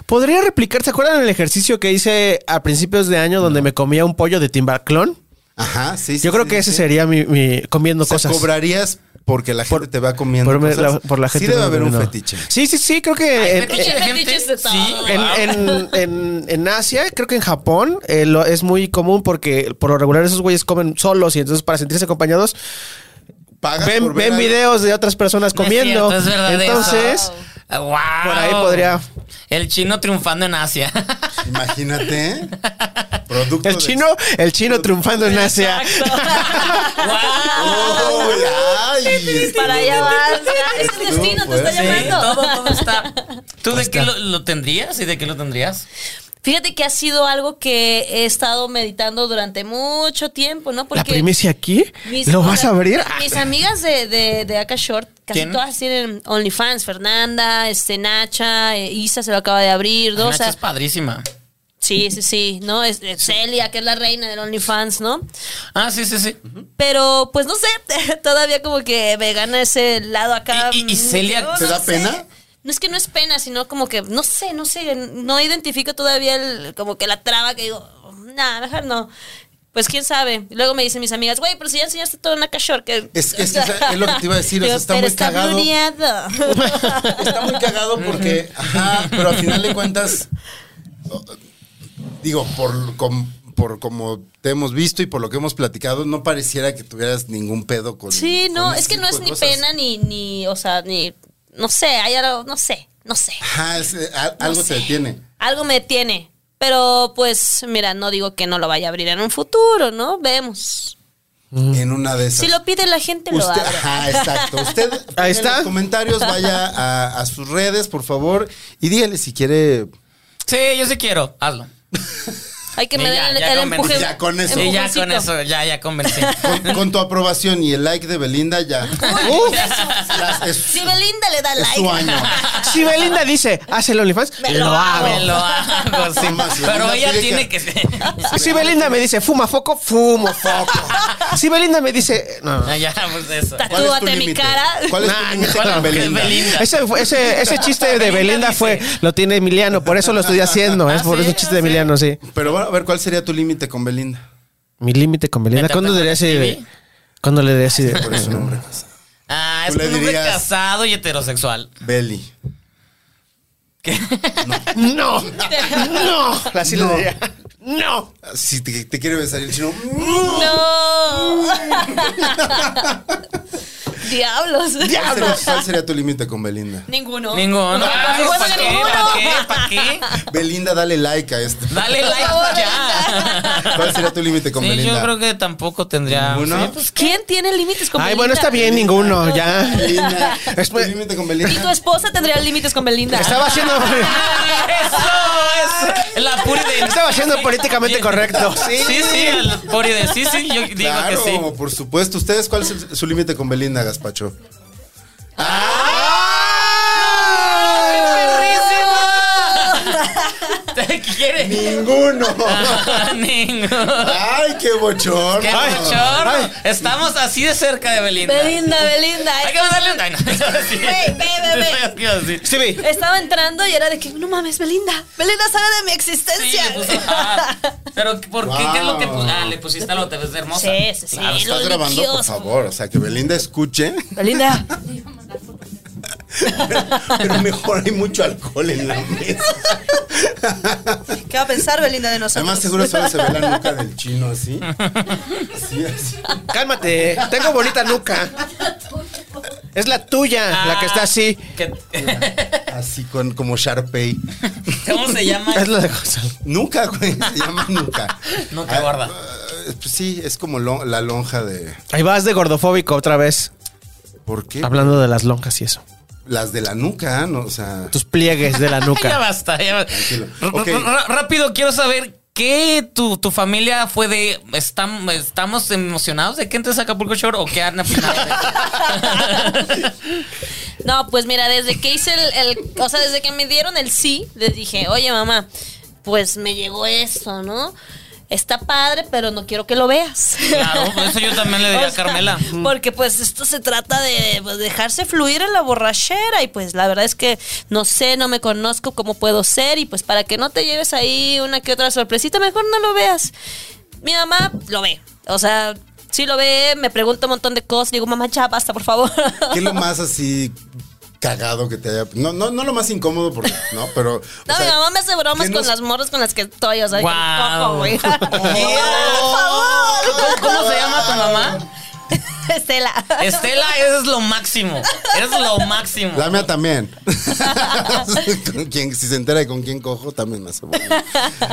Podría replicar, ¿se acuerdan el ejercicio que hice a principios de año donde me comía un pollo de timbalclón? Ajá, sí, sí, Yo creo sí, que ese sí. sería mi, mi- comiendo O sea, cosas. cobrarías porque la gente te va comiendo. por, me- cosas. la, por la gente. Sí debe no haber un comiendo. fetiche. Sí, sí, sí, creo que... en- Fetiche de fetiches de todo. Sí, En, wow. en- en- en Asia, creo que en Japón, eh, lo- es muy común porque por lo regular esos güeyes comen solos y entonces para sentirse acompañados Pagas ven, por ver ven a- videos de otras personas comiendo. Es cierto, es verdad eso. entonces, Wow. por ahí podría- El chino triunfando en Asia. Imagínate. ¿eh? Producto el de- chino, el chino triunfando en Asia. wow. Oh, ¡Ay! ay, Para allá vas. ya, Es el destino, te está pues, sí, Sí, todo, llamando. todo está. ¿Tú de qué lo, lo tendrías y de qué lo tendrías? Fíjate que ha sido algo que he estado meditando durante mucho tiempo, ¿no? La Porque primicia aquí, mis- ¿lo o vas sea, a abrir? Ah. Mis amigas de, de, de Aka Short, casi ¿Quién? todas tienen OnlyFans. Fernanda, este, Nacha, eh, Isa se lo acaba de abrir, ¿no? O Ah, Nacha sea, es padrísima. sí, sí, sí, ¿no? Es, es Celia, que es la reina del OnlyFans, ¿no? Ah, sí, sí, sí. Pero, pues no sé, todavía como que me gana ese lado acá. ¿Y- y- y Celia No, te no da sé. pena? No es que no es pena, sino como que, no sé, no sé, no identifico todavía el, como que la traba que digo, nada, mejor no. Pues quién sabe. Y Luego me dicen mis amigas, güey, pero si ya enseñaste todo en la cachor, que. Es- es que es lo que te iba a decir, o sea, Digo, está pero muy está cagado". blureado. Está muy cagado porque, ajá, pero al final de cuentas, digo, por, com- por como te hemos visto y por lo que hemos platicado, no pareciera que tuvieras ningún pedo con. Sí, con no, ese es que no tipo es de ni cosas. pena ni, ni, o sea, ni, no sé, hay algo, no sé, no sé. Ajá, es, eh, a- No algo sé. te detiene. Algo me detiene. Pero pues, mira, no digo que no lo vaya a abrir en un futuro, ¿no? Vemos. En una de esas. Si lo pide la gente, lo Usted, abre. ajá, exacto. Usted Ahí en los está. comentarios vaya a, a sus redes, por favor, y dígale si quiere. Sí, yo sí quiero. Hazlo. Hay que Y me ya, den el, ya el convencí. empuje. Ya con eso. Sí, ya empujoncito. con eso, ya, ya convencí. Con, con tu aprobación y el like de Belinda, ya. Las- es- Si Belinda le da es like. su año. Si Belinda dice, hace el OnlyFans, Me lo lo hago. Me Pues lo hago, sí. Toma, si Pero Belinda ella pide tiene que. que- Si Belinda me dice, fuma foco, fumo foco. Si Belinda me dice, no. Ah, ya, pues eso. Ta- ¿Cuál es tu Tatúate mi límite? cara. ¿Cuál es tu Nah, límite ¿cuál- con Belinda? Belinda? Ese, fue- ese, ese chiste de Belinda fue, lo tiene Emiliano, por eso lo estoy haciendo, es Ah, por ¿sí? ese chiste de Ah, ¿sí? Emiliano, sí. Pero bueno, a ver, ¿cuál sería tu límite con Belinda? Mi límite con Belinda. ¿Me ¿Cuándo trataba le de así de escribir? ¿Cuándo le diría así de- Por eso nombre casa. Ah, es Tú le un hombre dirías- casado y heterosexual. Beli. No, no. Así le diría. No. Si te, te quiere besar "Mm, y el chino. No. Diablos. ¿Cuál sería, cuál sería tu límite con Belinda? Ninguno. Ninguno. Por Ay, supuesto ¿Para que qué? pues, ninguno. ¿Para qué? ¿Para qué? Belinda, dale like a este. Dale like ya. ¿Cuál sería tu límite con Sí, Belinda? yo creo que tampoco tendría. ¿Ninguno? Sí, pues, ¿Quién tiene límites con Ay, Belinda? bueno, está bien, ninguno, ya. Belinda. ¿Tu pues- Después- límite con Y tu Belinda? esposa tendría límites con Belinda. Estaba haciendo, Eso es la puri de. estaba haciendo políticamente correcto. Sí. Sí, sí, el puri de. Sí, sí, yo digo que Claro, sí. por supuesto. ¿Ustedes cuál es el- su límite con Belinda, Gaspacho? ¡Ay, perrísima! quiere. Ninguno. Ah, Ninguno. Ay, qué bochorno. ¡Qué bochorno! Estamos así de cerca de Belinda. Belinda, Belinda. Hay que mandarle un. Ay, no. Sí. Ve, ve, ve, ve. ¿Qué iba a decir? Stevie. Estaba entrando y era de que, no mames, Belinda. Belinda sabe de mi Sí, existencia. le puso. ah, pero ¿por qué? ¿Qué es lo que Wow. pus- Ah, le pusiste algo, te ves hermosa. Sí, sí, sí. Claro, lo Estás grabando, por delicioso. favor. O sea, que Belinda escuche. Belinda. Pero mejor hay mucho alcohol en la mesa. ¿Qué va a pensar Belinda de nosotros? Además, seguro solo se ve la nuca del chino así. Así, así. Cálmate, tengo bonita nuca. Es la tuya, la que está así. ¿Qué- Así con, como Sharpay. ¿Cómo se llama? Es la de Gonzalo. Nuca, güey. Se llama nuca. Nuca gorda. ah, pues sí, es como lo- la lonja de. Ahí vas de gordofóbico otra vez. ¿Por qué? Hablando de las lonjas y eso. Las de la nuca, ¿no? O sea. Tus pliegues de la Ya nuca. basta, ya basta. Tranquilo. R- Ok. r- r- Rápido, quiero saber qué tu, tu familia fue de. ¿estam- ¿Estamos emocionados de que entres a Acapulco Shore o qué han opinado? No, pues mira, desde que hice el, el- O sea, desde que me dieron el sí, les dije, oye, mamá, pues me llegó eso, ¿no? Está padre, pero no quiero que lo veas. Claro, eso yo también le diría a Carmela. Mm. Porque pues esto se trata de pues, dejarse fluir en la borrachera y pues la verdad es que no sé, no me conozco cómo puedo ser y pues para que no te lleves ahí una que otra sorpresita, mejor no lo veas. Mi mamá lo ve, o sea, sí lo ve, me pregunta un montón de cosas, digo, mamá, ya basta, por favor. ¿Qué es lo más así cagado que te haya.? No, no, no lo más incómodo, porque. No, pero. o No, sea, mi mamá me hace bromas ¿qué con nos- las morras con las que estoy, o sea, que Guau. cojo, güey. ¿Cómo, cómo se llama tu mamá? Estela. Estela, eres lo máximo. Eres lo máximo. La mía también. Con quien- si se entera de con quién cojo, también me hace bueno.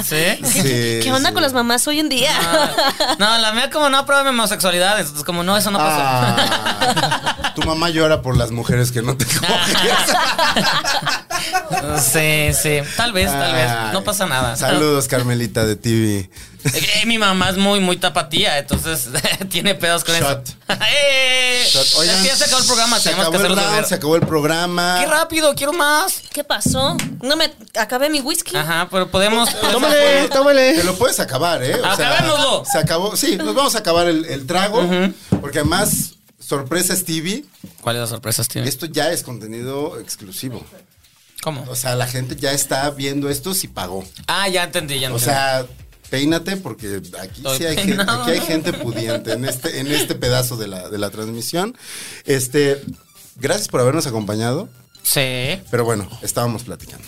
¿Sí? Sí, ¿Qué onda sí. con las mamás hoy en día? Ah, No, la mía como no aprueba mi homosexualidad, entonces como no, eso no pasó. Ah, tu mamá llora por las mujeres que no te coges. Sí, sí. Tal vez, tal vez. No pasa nada. Saludos, Carmelita de TV. Eh, mi mamá es muy, muy tapatía, entonces tiene pedos con Shot. eso. ¡Eh! Oigan, Es que ya se acabó el programa, se tenemos acabó que el hacerlo de round, ver. se acabó el programa. ¡Qué rápido! ¡Quiero más! ¿Qué pasó? No me acabé mi whisky. Ajá, pero podemos. Tómale, Te tómale. lo puedes acabar, ¿eh? Ah, Acabémoslo. Se acabó. Sí, nos vamos a acabar el, el trago. Porque además, sorpresa Stevie, ¿Cuáles sorpresas tienes? esto ya es contenido exclusivo. ¿Cómo? O sea, la gente ya está viendo esto si pagó. Ah, ya entendí, ya O entendí. sea, peínate porque aquí Estoy sí hay gente, peinado. aquí hay gente pudiente en este, en este pedazo de la, de la transmisión. Este, gracias por habernos acompañado. sí. Pero bueno, estábamos platicando.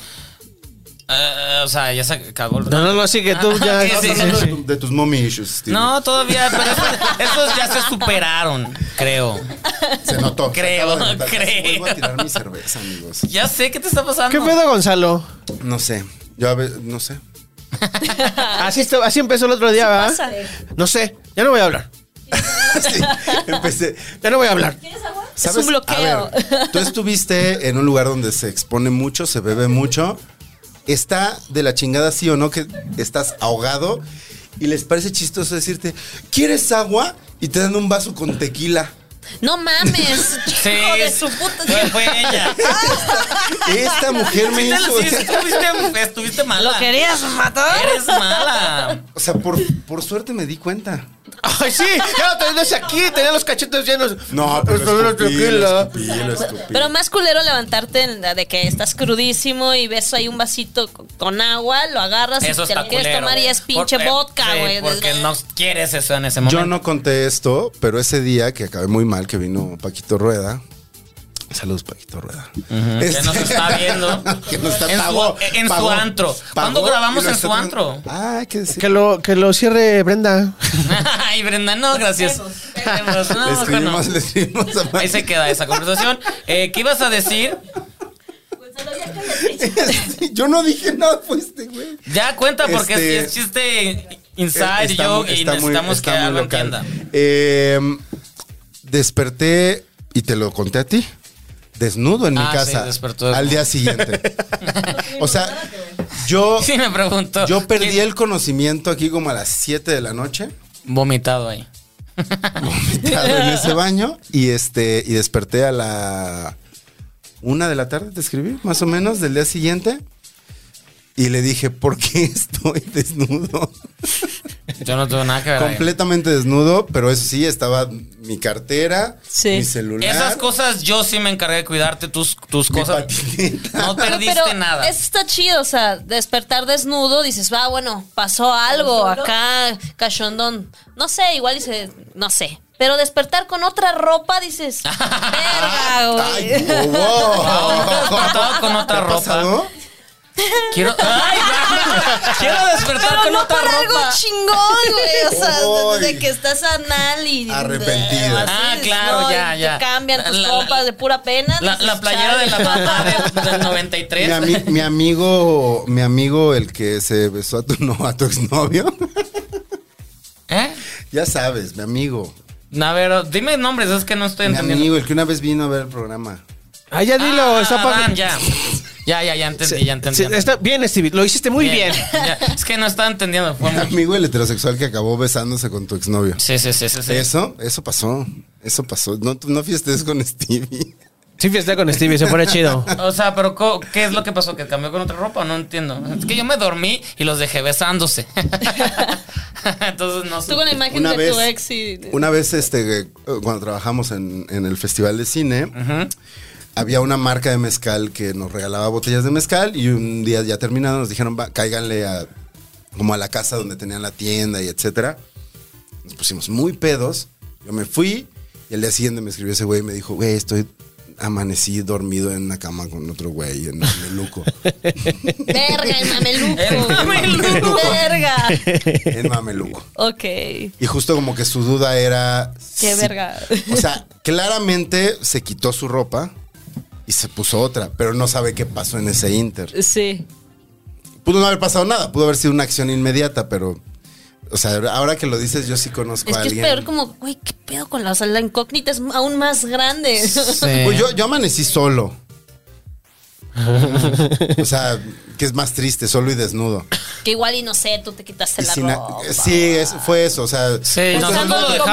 Eh, o sea, ya se acabó el No, no, no, sigue tú ya. Ah, ok, sí, sí, Hablando sí. de tu- De tus mommy issues, Steve. No, todavía, pero esos, esos ya se superaron, creo. Se notó. se Creo, acaba de notar. creo. Vuelvo a tirar mi cerveza, amigos. Ya sé qué te está pasando. ¿Qué pedo, Gonzalo? No sé. Yo a veces, no sé. Así, está- así empezó el otro día, pasa? ¿verdad? No sé, ya no voy a hablar. Sí, empecé. Ya no voy a hablar. ¿Sabes? un bloqueo. A ver, tú estuviste en un lugar donde se expone mucho, se bebe mucho. Está de la chingada, sí o no, que estás ahogado y les parece chistoso decirte, ¿quieres agua? Y te dan un vaso con tequila. No mames. Sí. Hijo de su puta. Fue, fue ella. Esta mujer me Sí, te lo- hizo. sí, sí, estuviste, estuviste mala. ¿Lo querías matar? Eres mala. O sea, por, por suerte me di cuenta. Ay, sí, ya lo tenías aquí, tenía los cachetes llenos. No, pero Pues, lo escupí, lo tequila. escupí, lo escupí. Pero más culero levantarte en la de que estás crudísimo y ves ahí un vasito con- con agua, lo agarras Eso y te está lo quieres culero. tomar y es pinche Por- eh, vodka, sí, güey. porque no quieres eso en ese momento. Yo no conté esto, pero ese día que acabé muy mal, que vino Paquito Rueda. Saludos, Paquito Rueda. Este Que nos está viendo. que nos está En su- pagó, en su pagó, antro. ¿Cuándo pagó grabamos y nos en su está- antro? Ah, hay que decir. Que lo, que lo cierre Brenda. Ay, Brenda, no, gracias. Tenemos, no, le mejor no. escribimos, le escribimos a Ahí se queda esa conversación. Eh, ¿Qué ibas a decir? Yo no dije nada, pues, este güey. Ya cuenta porque Este- es, es chiste inside Está joke muy- y está muy- necesitamos está que muy algo local. entienda. Eh, desperté y te lo conté a ti. Desnudo en mi Ah, sí, casa. despertó al desnudo. día siguiente. o sea, yo, Sí, me preguntó. yo perdí ¿quién- el conocimiento aquí como a las 7 de la noche. Vomitado ahí. vomitado en ese baño y este y desperté a la una de la tarde, te escribí, más o menos, del día siguiente. Y le dije, ¿por qué estoy desnudo? Yo no tuve nada que ver. ahí. Completamente desnudo, pero eso sí, estaba mi cartera, Sí. mi celular. Esas cosas yo sí me encargué de cuidarte tus, tus mi cosas. patineta. No Oye, perdiste pero nada. Eso está chido, o sea, despertar desnudo, dices, va, bueno, pasó algo acá, cachondón. No sé, igual dice, no sé. Pero despertar con otra ropa, dices, verga, Ay, güey. wow, wow. Despertado con otra ¿Te ha ropa. pasado? Quiero. ¡Ay, ya! Quiero despertar Pero con no otra para algo ropa. chingón, güey. O sea, Uy. desde que estás anal y. Arrepentido. Así Ah, es, claro, ¿no? Y ya, ya. Te cambian tus La- la- compas de pura pena. La, dices, la playera "Chale, de la mamá de- del 93. Mi, ami- mi amigo, mi amigo, el que se besó a tu, no, a tu exnovio. ¿Eh? Ya sabes, mi amigo. A ver, dime nombres, es que no estoy Mi entendiendo. amigo, el que una vez vino a ver el programa. Ah, ya dilo, Ah, está pa- Adán, ya. Ya, ya, ya entendí, ya entendí. Sí, está bien, Stevie, lo hiciste muy bien. Ya, Es que no estaba entendiendo. fue Mi muy- amigo, el heterosexual que acabó besándose con tu exnovio. Sí, sí, sí, sí. sí. Eso, eso pasó. Eso pasó. No, tú no fiestes con Stevie. Sí, fiesta con Stevie, se pone chido. O sea, pero co- ¿qué es lo que pasó? ¿Que cambió con otra ropa? No entiendo. Es que yo me dormí y los dejé besándose. Entonces no sé. Tú con la imagen Una de tu vez- ex y. Una vez, este, eh, cuando trabajamos en, en el festival de cine, había una marca de mezcal que nos regalaba botellas de mezcal y un día ya terminado nos dijeron, "Va, cáiganle a, como a la casa donde tenían la tienda y etcétera. Nos pusimos muy pedos. Yo me fui y al día siguiente me escribió ese güey y me dijo, güey, estoy amanecí dormido en una cama con otro güey en el meluco. Verga, el mameluco. El mameluco. Verga. en mameluco. Ok. Y justo como que su duda era... Qué si- verga. O sea, claramente se quitó su ropa y se puso otra, pero no sabe qué pasó en ese inter. Sí. Pudo no haber pasado nada, pudo haber sido una acción inmediata, pero. O sea, ahora que lo dices, yo sí conozco Es a que es alguien. peor como, güey, ¿qué pedo con la, o sea, la incógnita es aún más grande? Sí. Pues yo, yo amanecí solo. o sea, que es más triste, solo y desnudo. que igual y no sé, tú te quitaste Y la sin a- ropa. sí, es- fue eso. O sea, Sí, justo- nosotros lo Pensándolo mejor.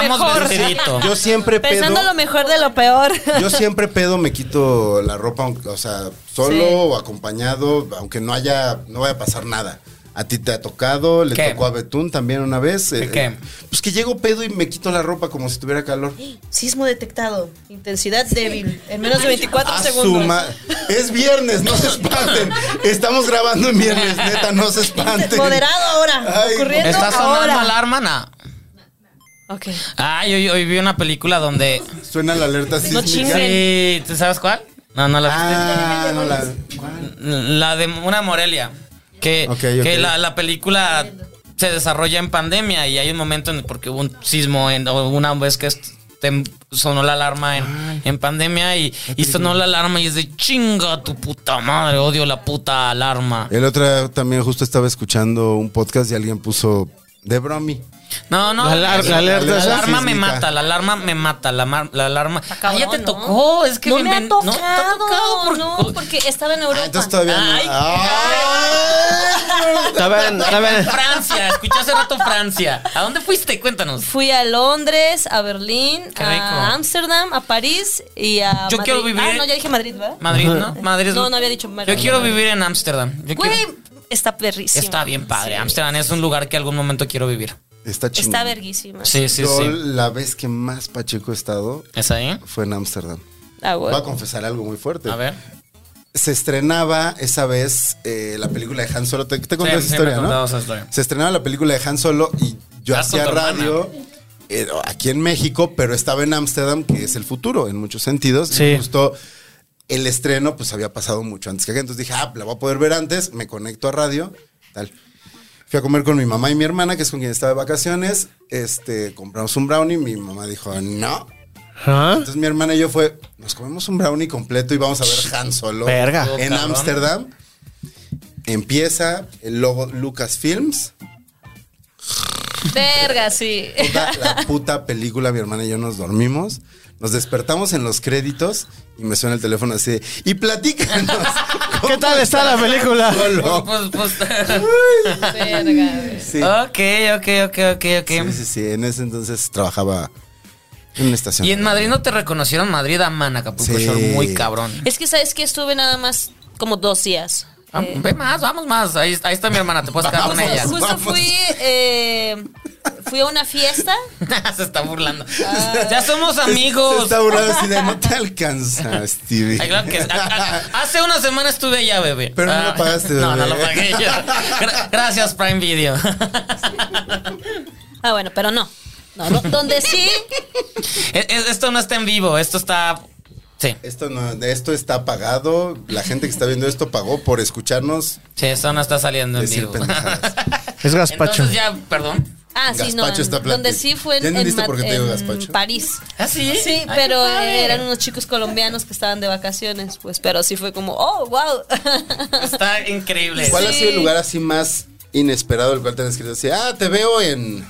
dejamos vestidito. yo siempre Pensando pedo. lo mejor de lo peor. Yo siempre pedo me quito la ropa, aunque- o sea, solo Sí. o acompañado, aunque no haya, no vaya a pasar nada. A ti te ha tocado, le ¿Qué? tocó a Betún también una vez. eh, qué? eh, Pues que llego pedo y me quito la ropa como si tuviera calor. Sismo detectado. Intensidad débil. En menos de 24 A ¡Ah, su segundos. ma- es viernes, no se espanten. Estamos grabando en viernes, neta, no se espanten. Moderado ahora. Ay, ocurriendo ¿Está sonando ahora. alarma? No. Ok. Ay, hoy, hoy vi una película donde. Suena la alerta sísmica. chingue. Sí, ¿tú sabes cuál? No, no la viste. Ah, no la. La de una Morelia. Que, Ok, que ok. la, la película se desarrolla en pandemia y hay un momento en el- porque hubo un sismo en, o una vez que est- tem- sonó la alarma en, en pandemia y, y sonó la alarma y es de chinga tu puta madre, odio la puta alarma. El otro también justo estaba escuchando un podcast y alguien puso de bromi. No, no. La alar- la alerta la esa alarma me sísmica. mata, la alarma me mata, la, mar- la alarma. cabrón, Ah, ya te ¿no? tocó, es que no me me ha inven- no, tocado. te No, ha tocado por- porque estaba en Europa. Ah, entonces todavía no. Ah. Ay. Ay. Estaba en- estaba en- Francia, escuché hace rato Francia. ¿A dónde fuiste? Cuéntanos. Fui a Londres, a Berlín, Qué rico. a Ámsterdam, a París y a Yo Madrid. quiero vivir- Ah, no, ya dije Madrid, ¿verdad? Madrid, ¿no? Madrid. es- No, no había dicho Madrid. Yo quiero vivir en Ámsterdam. Yo Güey, quiero- está perrísimo. Está bien padre. Ámsterdam es un lugar que algún momento quiero vivir. Está chingón. Está verguísima. Sí, sí, Yo sí. la vez que más pacheco he estado ¿Es ahí? fue en Ámsterdam. Ah, güey. Voy a confesar algo muy fuerte. Pues. A ver. Se estrenaba esa vez eh, la película de Han Solo. Te, te conté Sí, esa sí, me historia, has contado ¿no? esa historia. Se estrenaba la película de Han Solo y yo Vas con hacía tu hermana. radio eh, aquí en México, pero estaba en Ámsterdam, que es el futuro en muchos sentidos. Sí. Y justo el estreno pues había pasado mucho antes que acá. Entonces dije, ah, la voy a poder ver antes, me conecto a radio, tal. Fui a comer con mi mamá y mi hermana, que es con quien estaba de vacaciones. Este, compramos un brownie. Mi mamá dijo, no. ¿Ah? Entonces mi hermana y yo fue, nos comemos un brownie completo y vamos a ver Han Solo. Verga. En Cabrón. Ámsterdam. Empieza el logo Lucasfilms. Verga, sí. Puta- la puta película, mi hermana y yo nos dormimos. Nos despertamos en los créditos y me suena el teléfono así de, y platícanos. ¿Qué ¿cómo tal está la película? Solo?" Pues, pues, Verga, güey. Sí. ok, ok, ok, ok, ok. Sí, sí, sí. En ese entonces trabajaba en una estación. Y en Madrid no te reconocieron Madrid a Man, Acapulco Sí. Eh. Shore, muy cabrón. Es que sabes que estuve nada más como dos días. Ah, Eh, Ve más, vamos más. Ahí, ahí está mi hermana, te puedes quedar con Vamos. ella. Justo Vamos. fui, eh, fui a una fiesta. se está burlando. Ya somos amigos. Ah. Se está burlando así de no te alcanza, Stevie. Ay, claro que sí. Ah, ah, Hace una semana estuve allá, bebé. Pero no Ah, lo pagaste, No, no bebé. lo pagué yo. Gra- Gracias, Prime Video. Ah, bueno, pero no. No, no, donde sí, Es- es- E-, Esto no está en vivo, esto está. Sí, Esto, no, esto está pagado. La gente que está viendo esto pagó por escucharnos sí, esto no está saliendo en decir vivo. pendejadas. Es gazpacho. Entonces ya, perdón. Ah, sí, no. Gazpacho en- está donde platic- sí fue en, ¿Ya entendiste en Ma- por qué te digo en gazpacho? París. ¿Ah, sí? Sí, Ay, pero qué padre. eran unos chicos colombianos que estaban de vacaciones, pues, pero sí fue como, oh, wow. Está increíble. ¿Cuál ha Sí. sido el lugar así más inesperado el cual te han escrito así? Ah, te veo en.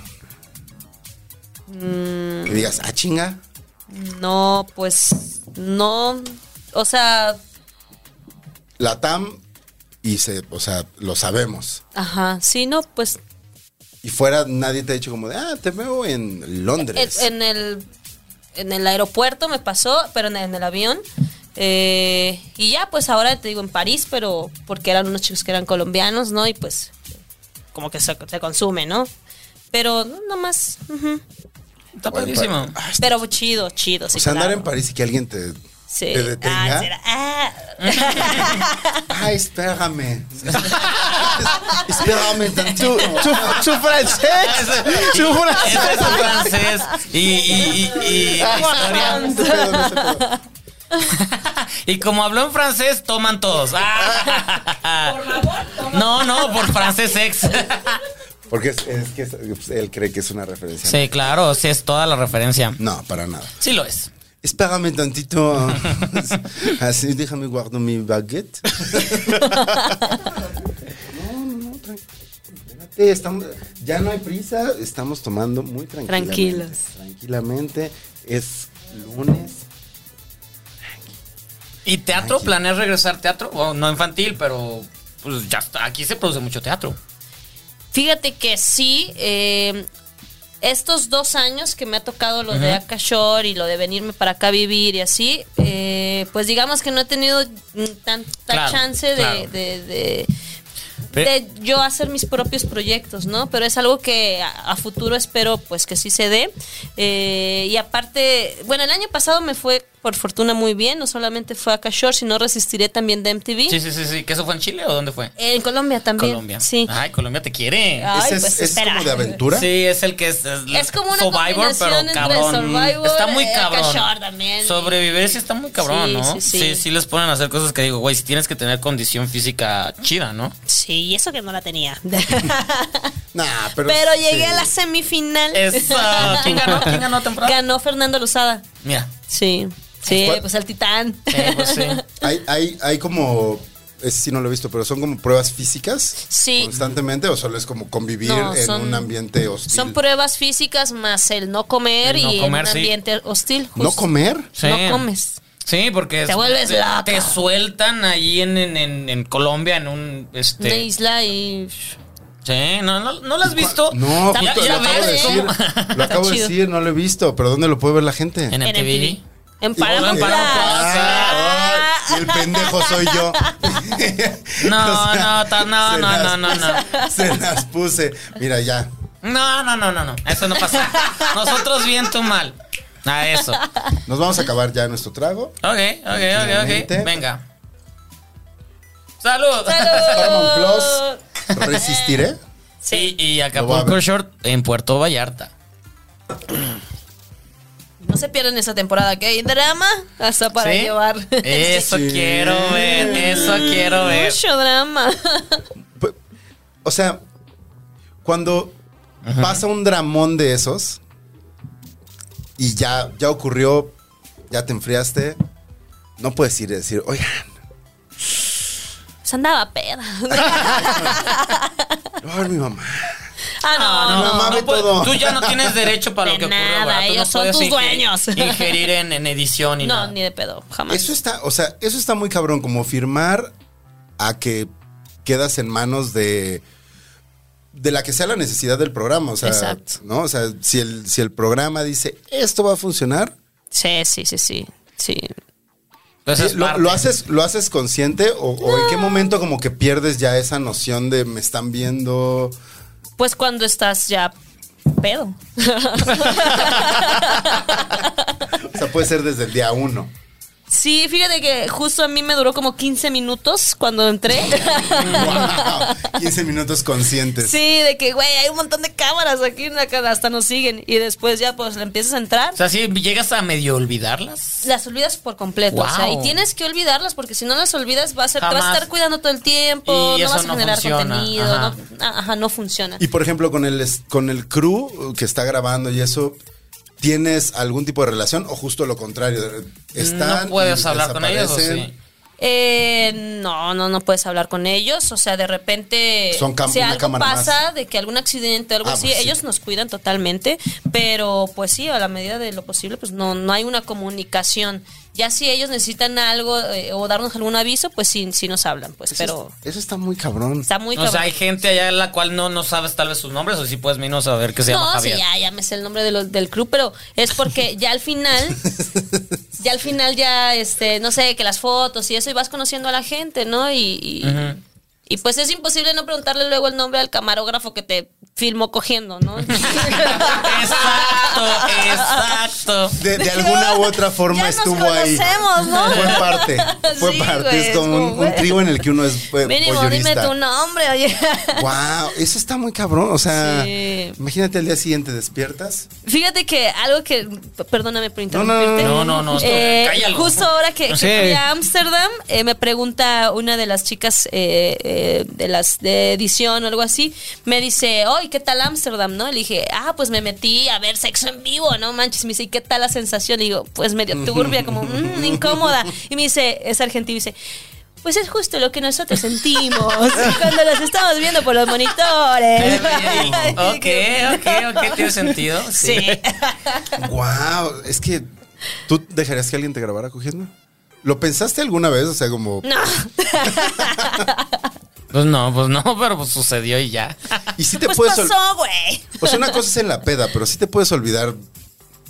Mm. Que digas, ah, chinga. no, pues, no. O sea, La TAM. Y se, o sea, lo sabemos. ajá, sí, no, pues, Y fuera nadie te ha dicho como de, ah, te veo en Londres. en, en el, en el aeropuerto me pasó, pero en, en el avión. Eh, y ya, pues ahora te digo en París, pero porque eran unos chicos que eran colombianos, ¿no? Y pues, como que se, se consume, ¿no? Pero no, nomás. ujú. Está Oye, padrísimo. pa- ah, Pero chido, chido. o Sí, sea, andar claro. en París y que alguien te, Sí. te Ah, detenga. será. Ah. Ay, "Ah, espérame. espérame Su, tantito. su- su francés. Su Este francés. es un francés y, y, y, y- historia. Este pedo, no sé cómo. Y como habló en francés, toman todos. por favor, No, no, por francés ex. Porque es, es que es- él cree que es una referencia. Sí, claro, sí es toda la referencia. No, para nada. Sí lo es. Espérame tantito. Así, déjame guardo mi baguette. no, no, no, tranquilo. Espérate, estamos- ya no hay prisa. Estamos tomando muy tranquilamente. Tranquilos. Tranquilamente. Es lunes. ¿Y teatro? Ay, sí. ¿Planeas regresar a teatro? Bueno, no infantil, pero pues ya está. Aquí se produce mucho teatro. Fíjate que sí, eh, estos dos años que me ha tocado lo de Akashore y lo de venirme para acá a vivir y así, eh, pues digamos que no he tenido mm, tanta Claro, chance de, claro. de- de- Pe- de yo hacer mis propios proyectos, ¿no? Pero es algo que a, a futuro espero pues que sí se dé. Eh, y aparte, bueno, el año pasado me fue por fortuna muy bien, no solamente fue Akashore, sino resistiré también de MTV. Sí, sí, sí, sí. ¿Que eso fue en Chile o dónde fue? En Colombia también. Colombia. Ah. Sí. Ay, Colombia te quiere. Ay, Ese es, pues, es espera. como de aventura. Sí, es el que es. Es, Es como una Survivor, pero combinación entre cabrón. Survivor, está muy eh, cabrón. Cachorro también. Sobrevivir sí está muy cabrón, Sí, ¿no? sí, sí. les ponen a hacer cosas que digo, güey, si tienes que tener condición física chida, ¿no? Sí, y eso que no la tenía. Nah, pero, Pero, llegué sí. a la semifinal. Eso. ¿Quién ganó? ¿Quién ganó temprano? Ganó Fernando Lozada. Mira. Sí. Sí, ¿Cuál? pues el titán. Sí, pues sí. Hay, hay, hay como. Ese sí no lo he visto, pero son como pruebas físicas Sí. constantemente o solo es como convivir No, en son- un ambiente hostil. Son pruebas físicas más el no comer El no y comer, en un sí. ambiente hostil. ¿No justo. comer? Sí. No comes. Sí, porque Te es- vuelves loco. Te sueltan ahí en, en, en, en Colombia, en un este. Una isla y. Sí, no, no, no lo has visto. No, Ya- justo ya lo acabo ves de decir. cómo- Lo acabo de chido. decir, no lo he visto, pero ¿dónde lo puede ver la gente? En En MTV. MTV. En Y- Paramount en Paramount Plus. Plus. Ah, ay, y el pendejo soy yo. No, O sea, no, ta- no, se no, las no, no, no. Se las puse. Mira, ya. No, no, no, no, no. Eso no pasa. Nosotros bien, tú mal. A eso. Ok, Nos vamos a acabar ya nuestro trago. ok, ok, Tranquilamente. ok. Venga. Salud. Paramount Plus. Resistiré. Sí, y Lo voy a Acapulco ver. Short en Puerto Vallarta. No se pierdan esa temporada que hay drama hasta para ¿Sí? llevar. Eso Sí. quiero ver, eso quiero ver. Mucho drama. P- O sea, cuando pasa un dramón de esos y ya, ya ocurrió, ya te enfriaste, no puedes ir y decir, oigan, Se Pues andaba peda. lo va a ver mi mamá. Ah, no. no, mamá ve puede- todo. Tú ya no tienes derecho para lo De que ocurrió. nada, ¿verdad? Tú ellos no son puedes tus ingerir- dueños. Ingerir en, en edición y No, nada. ni de pedo, jamás. Eso está, o sea, eso está muy cabrón, como firmar a que quedas en manos de de la que sea la necesidad del programa, o sea, Exacto. ¿no? O sea, si el, si el programa dice esto va a funcionar, Sí, sí, sí, sí. Sí. Entonces, Sí, lo, parte. lo haces, ¿Lo haces consciente o, o en qué momento como que pierdes ya esa noción de me están viendo? Pues cuando estás ya pedo. O sea, puede ser desde el día uno. Sí, fíjate que justo a mí me duró como 15 minutos cuando entré. Wow, 15 minutos conscientes. Sí, de que, güey, hay un montón de cámaras aquí, acá hasta nos siguen. Y después ya, pues, le empiezas a entrar. O sea, si llegas a medio olvidarlas. Las olvidas por completo. O sea, Wow. y tienes que olvidarlas porque si no las olvidas, vas a, te vas a Jamás. estar cuidando todo el tiempo, Y no eso vas a no generar funciona, contenido. ajá. No, ah, ajá, no funciona. Y por ejemplo, con el, es- con el crew que está grabando y eso, ¿tienes algún tipo de relación o justo lo contrario? Están no puedes y hablar con ellos. ¿o desaparecen. sí? Eh, no, no, no puedes hablar con ellos. O sea, de repente, Son cam- si una algo cámara más. pasa de que algún accidente o algo Ah, así, pues sí. ellos nos cuidan totalmente. Pero pues sí, a la medida de lo posible, pues no, no hay una comunicación. Ya si ellos necesitan algo eh, o darnos algún aviso, pues sí, sí nos hablan, pues. pero Eso está muy cabrón. está muy O sea, cabrón. hay gente allá en la cual no, no sabes tal vez sus nombres o si puedes menos saber que se llama No, sí, Javier. ya, ya me sé el nombre de los- del club, pero es porque ya al final, ya al final ya, este, no sé, que las fotos y eso, y vas conociendo a la gente, ¿no? Y, y, y pues es imposible no preguntarle luego el nombre al camarógrafo que te filmó cogiendo, ¿no? Exacto, exacto. De, de alguna u otra forma Ya nos estuvo ahí. conocemos, ¿no? Fue parte. Fue Sí, parte. güey, es como es un- como, un, güey. trío en el que uno es eh, Mínimo, dime voyeurista. tu nombre, oye. Wow, eso está muy cabrón. O sea, Sí. imagínate al día siguiente despiertas. Fíjate que algo que. Perdóname por No, no, no, interrumpirte. no, no, no, esto- Eh, cállalo. Justo ahora que, que Sí. fui a Ámsterdam, eh, me pregunta una de las chicas eh, eh, de las de edición o algo así. Me dice, oh, ¿y qué tal Ámsterdam? ¿No? Le dije, ah, pues me metí a ver sexo en vivo, no manches. Me dice, ¿y qué tal la sensación? Le digo, pues medio turbia, como mm, incómoda. Y me dice, es argentino, dice. Pues es justo lo que nosotros sentimos cuando los estamos viendo por los monitores. Ok, ok, ok, tiene sentido. Sí. Sí. Wow, es que tú dejarías que alguien te grabara cogiendo. ¿Lo pensaste alguna vez? O sea, como. No. Pues no, pues no, pero pues sucedió y ya. Y si te pues puedes. ol- pasó, güey. O sea, una cosa es en la peda, pero sí te puedes olvidar.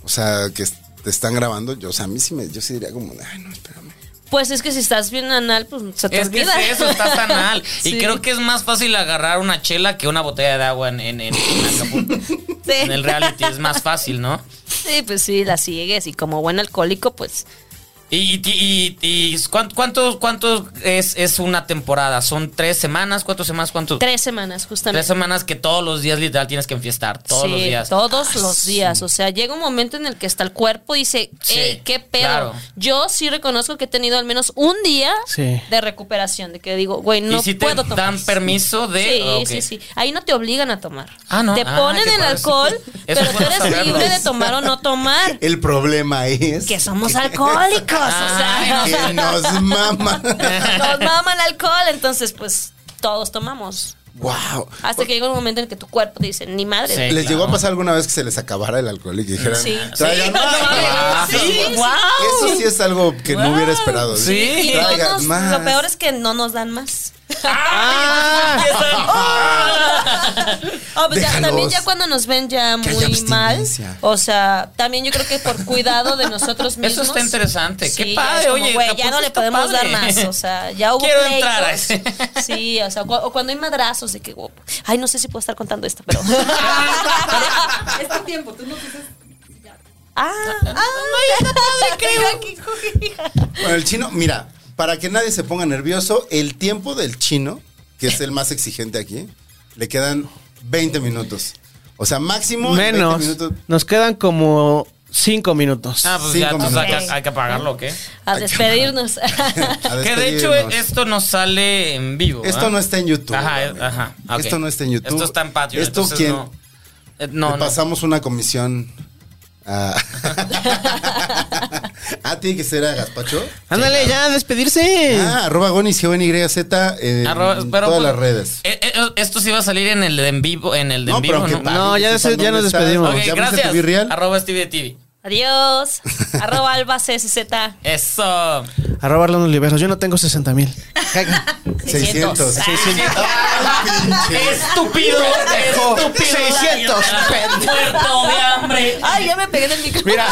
O sea, que te están grabando. Yo, o sea, a mí sí me. Yo sí diría como, ay, no, espérame. Pues es que si estás bien anal, pues se te Es que es olvida. eso está tan mal. Sí. Y creo que es más fácil agarrar una chela que una botella de agua en, en- en- en Acapulco. Sí. En el reality es más fácil, ¿no? Sí, pues sí, la sigues. Y como buen alcohólico, pues ¿Y, y, y- y cuán- cuántos cuántos es, es una temporada? ¿Son tres semanas? ¿Cuántas semanas? ¿Cuántos? tres semanas, Tres justamente. semanas que todos los días literal tienes que enfiestar. Todos Sí, los días. Todos los días. O sea, llega un momento en el que hasta el cuerpo dice, Sí, hey, qué pedo. claro. Yo sí reconozco que he tenido al menos un día Sí. de recuperación, de que digo, güey, no y si puedo te tomar. dan permiso de. Ah, Sí, Ok. sí, sí. Ahí no te obligan a tomar. Ah, no. Te Ah, ponen qué el padre. alcohol, Eso pero es tú bueno eres saberlo. libre de tomar o no tomar. El problema es. que somos alcohólicos, o sea, que nos mama. nos mama el alcohol, entonces pues todos tomamos. wow. Hasta que llega un momento en el que tu cuerpo te dice, ni madre. Sí. ¿Les claro. llegó a pasar alguna vez que se les acabara el alcohol y que dijeran, Sí. traigan Sí. más? Sí, sí, Wow. Eso sí es algo que no hubiera esperado. Sí. Y no Traigan nos- más. lo peor es que no nos dan más. Ah, pues ya, Déjalos. también ya cuando nos ven ya Que haya muy mal, abstinencia. o sea, también yo creo que por cuidado de nosotros mismos. Eso está interesante. Qué ya padre, es como, oye, güey, ya Acapulco no le está podemos padre. dar más, o sea, ya hubo Quiero entrar a pleitos. ese. Sí, o sea, cu- o cuando hay madrazos de que, guau, ay, no sé si puedo estar contando esto, pero... Este tiempo, tú no piensas. Ah, ah, Bueno, el chino, mira, para que nadie se ponga nervioso, el tiempo del chino, que es el más exigente aquí, le quedan 20 minutos. O sea, máximo en 20 Menos. minutos. Nos quedan como cinco minutos. Ah, pues Cinco ya, entonces hay, minutos. que- hay que apagarlo, ¿o ¿qué? A despedirnos. A Que de hecho despedirnos. esto no sale en vivo. Esto no está en YouTube. Ajá, eh, amigo. ajá. ok. Esto no está en YouTube. Esto está en Patreon. Esto entonces quien- no. Eh, Le No, no. pasamos una comisión a. ah, tiene que ser a Gaspacho. Ándale, ya, despedirse. Ah, arroba gonis, G-O-N-Y-Z, eh, en Arroba- pero, todas pues, las redes. eh, eh, esto sí va a salir en el de en vivo, en el de en vivo, aunque ¿no? para No, que ya sepan se- ya dónde nos estás. despedimos. Ok, ¿Ya viste gracias. tu virreal? Arroba Stevie TV. Adiós. Arroba Alba CSZ. Eso. Arroba Arlando Oliveros. Yo no tengo 60 mil. 600. 600. Pinche. Estúpido, Pendejo. estúpido. Ah, 600, pendejo. Muerto de hambre. Ay, ya me pegué en el micrófono. Mira,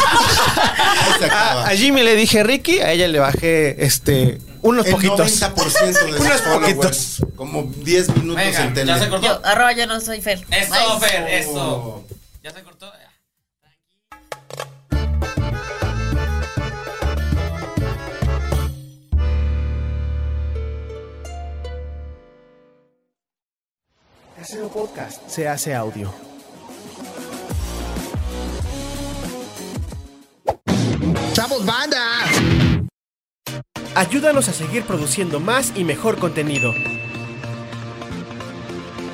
se acaba. a, a Jimmy le dije Ricky, a ella le bajé este unos El poquitos. 90% de Unos los followers. poquitos. Como 10 minutos en Venga, tele. ya se Yo, cortó. arroba yo no soy Fer. Eso, Fer, eso. Ya se cortó. Casero Podcast se hace audio. ¡Chavos, banda! Ayúdanos a seguir produciendo más y mejor contenido.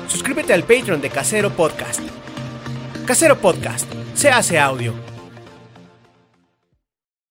Suscríbete al Patreon de Casero Podcast. Casero Podcast, se hace audio.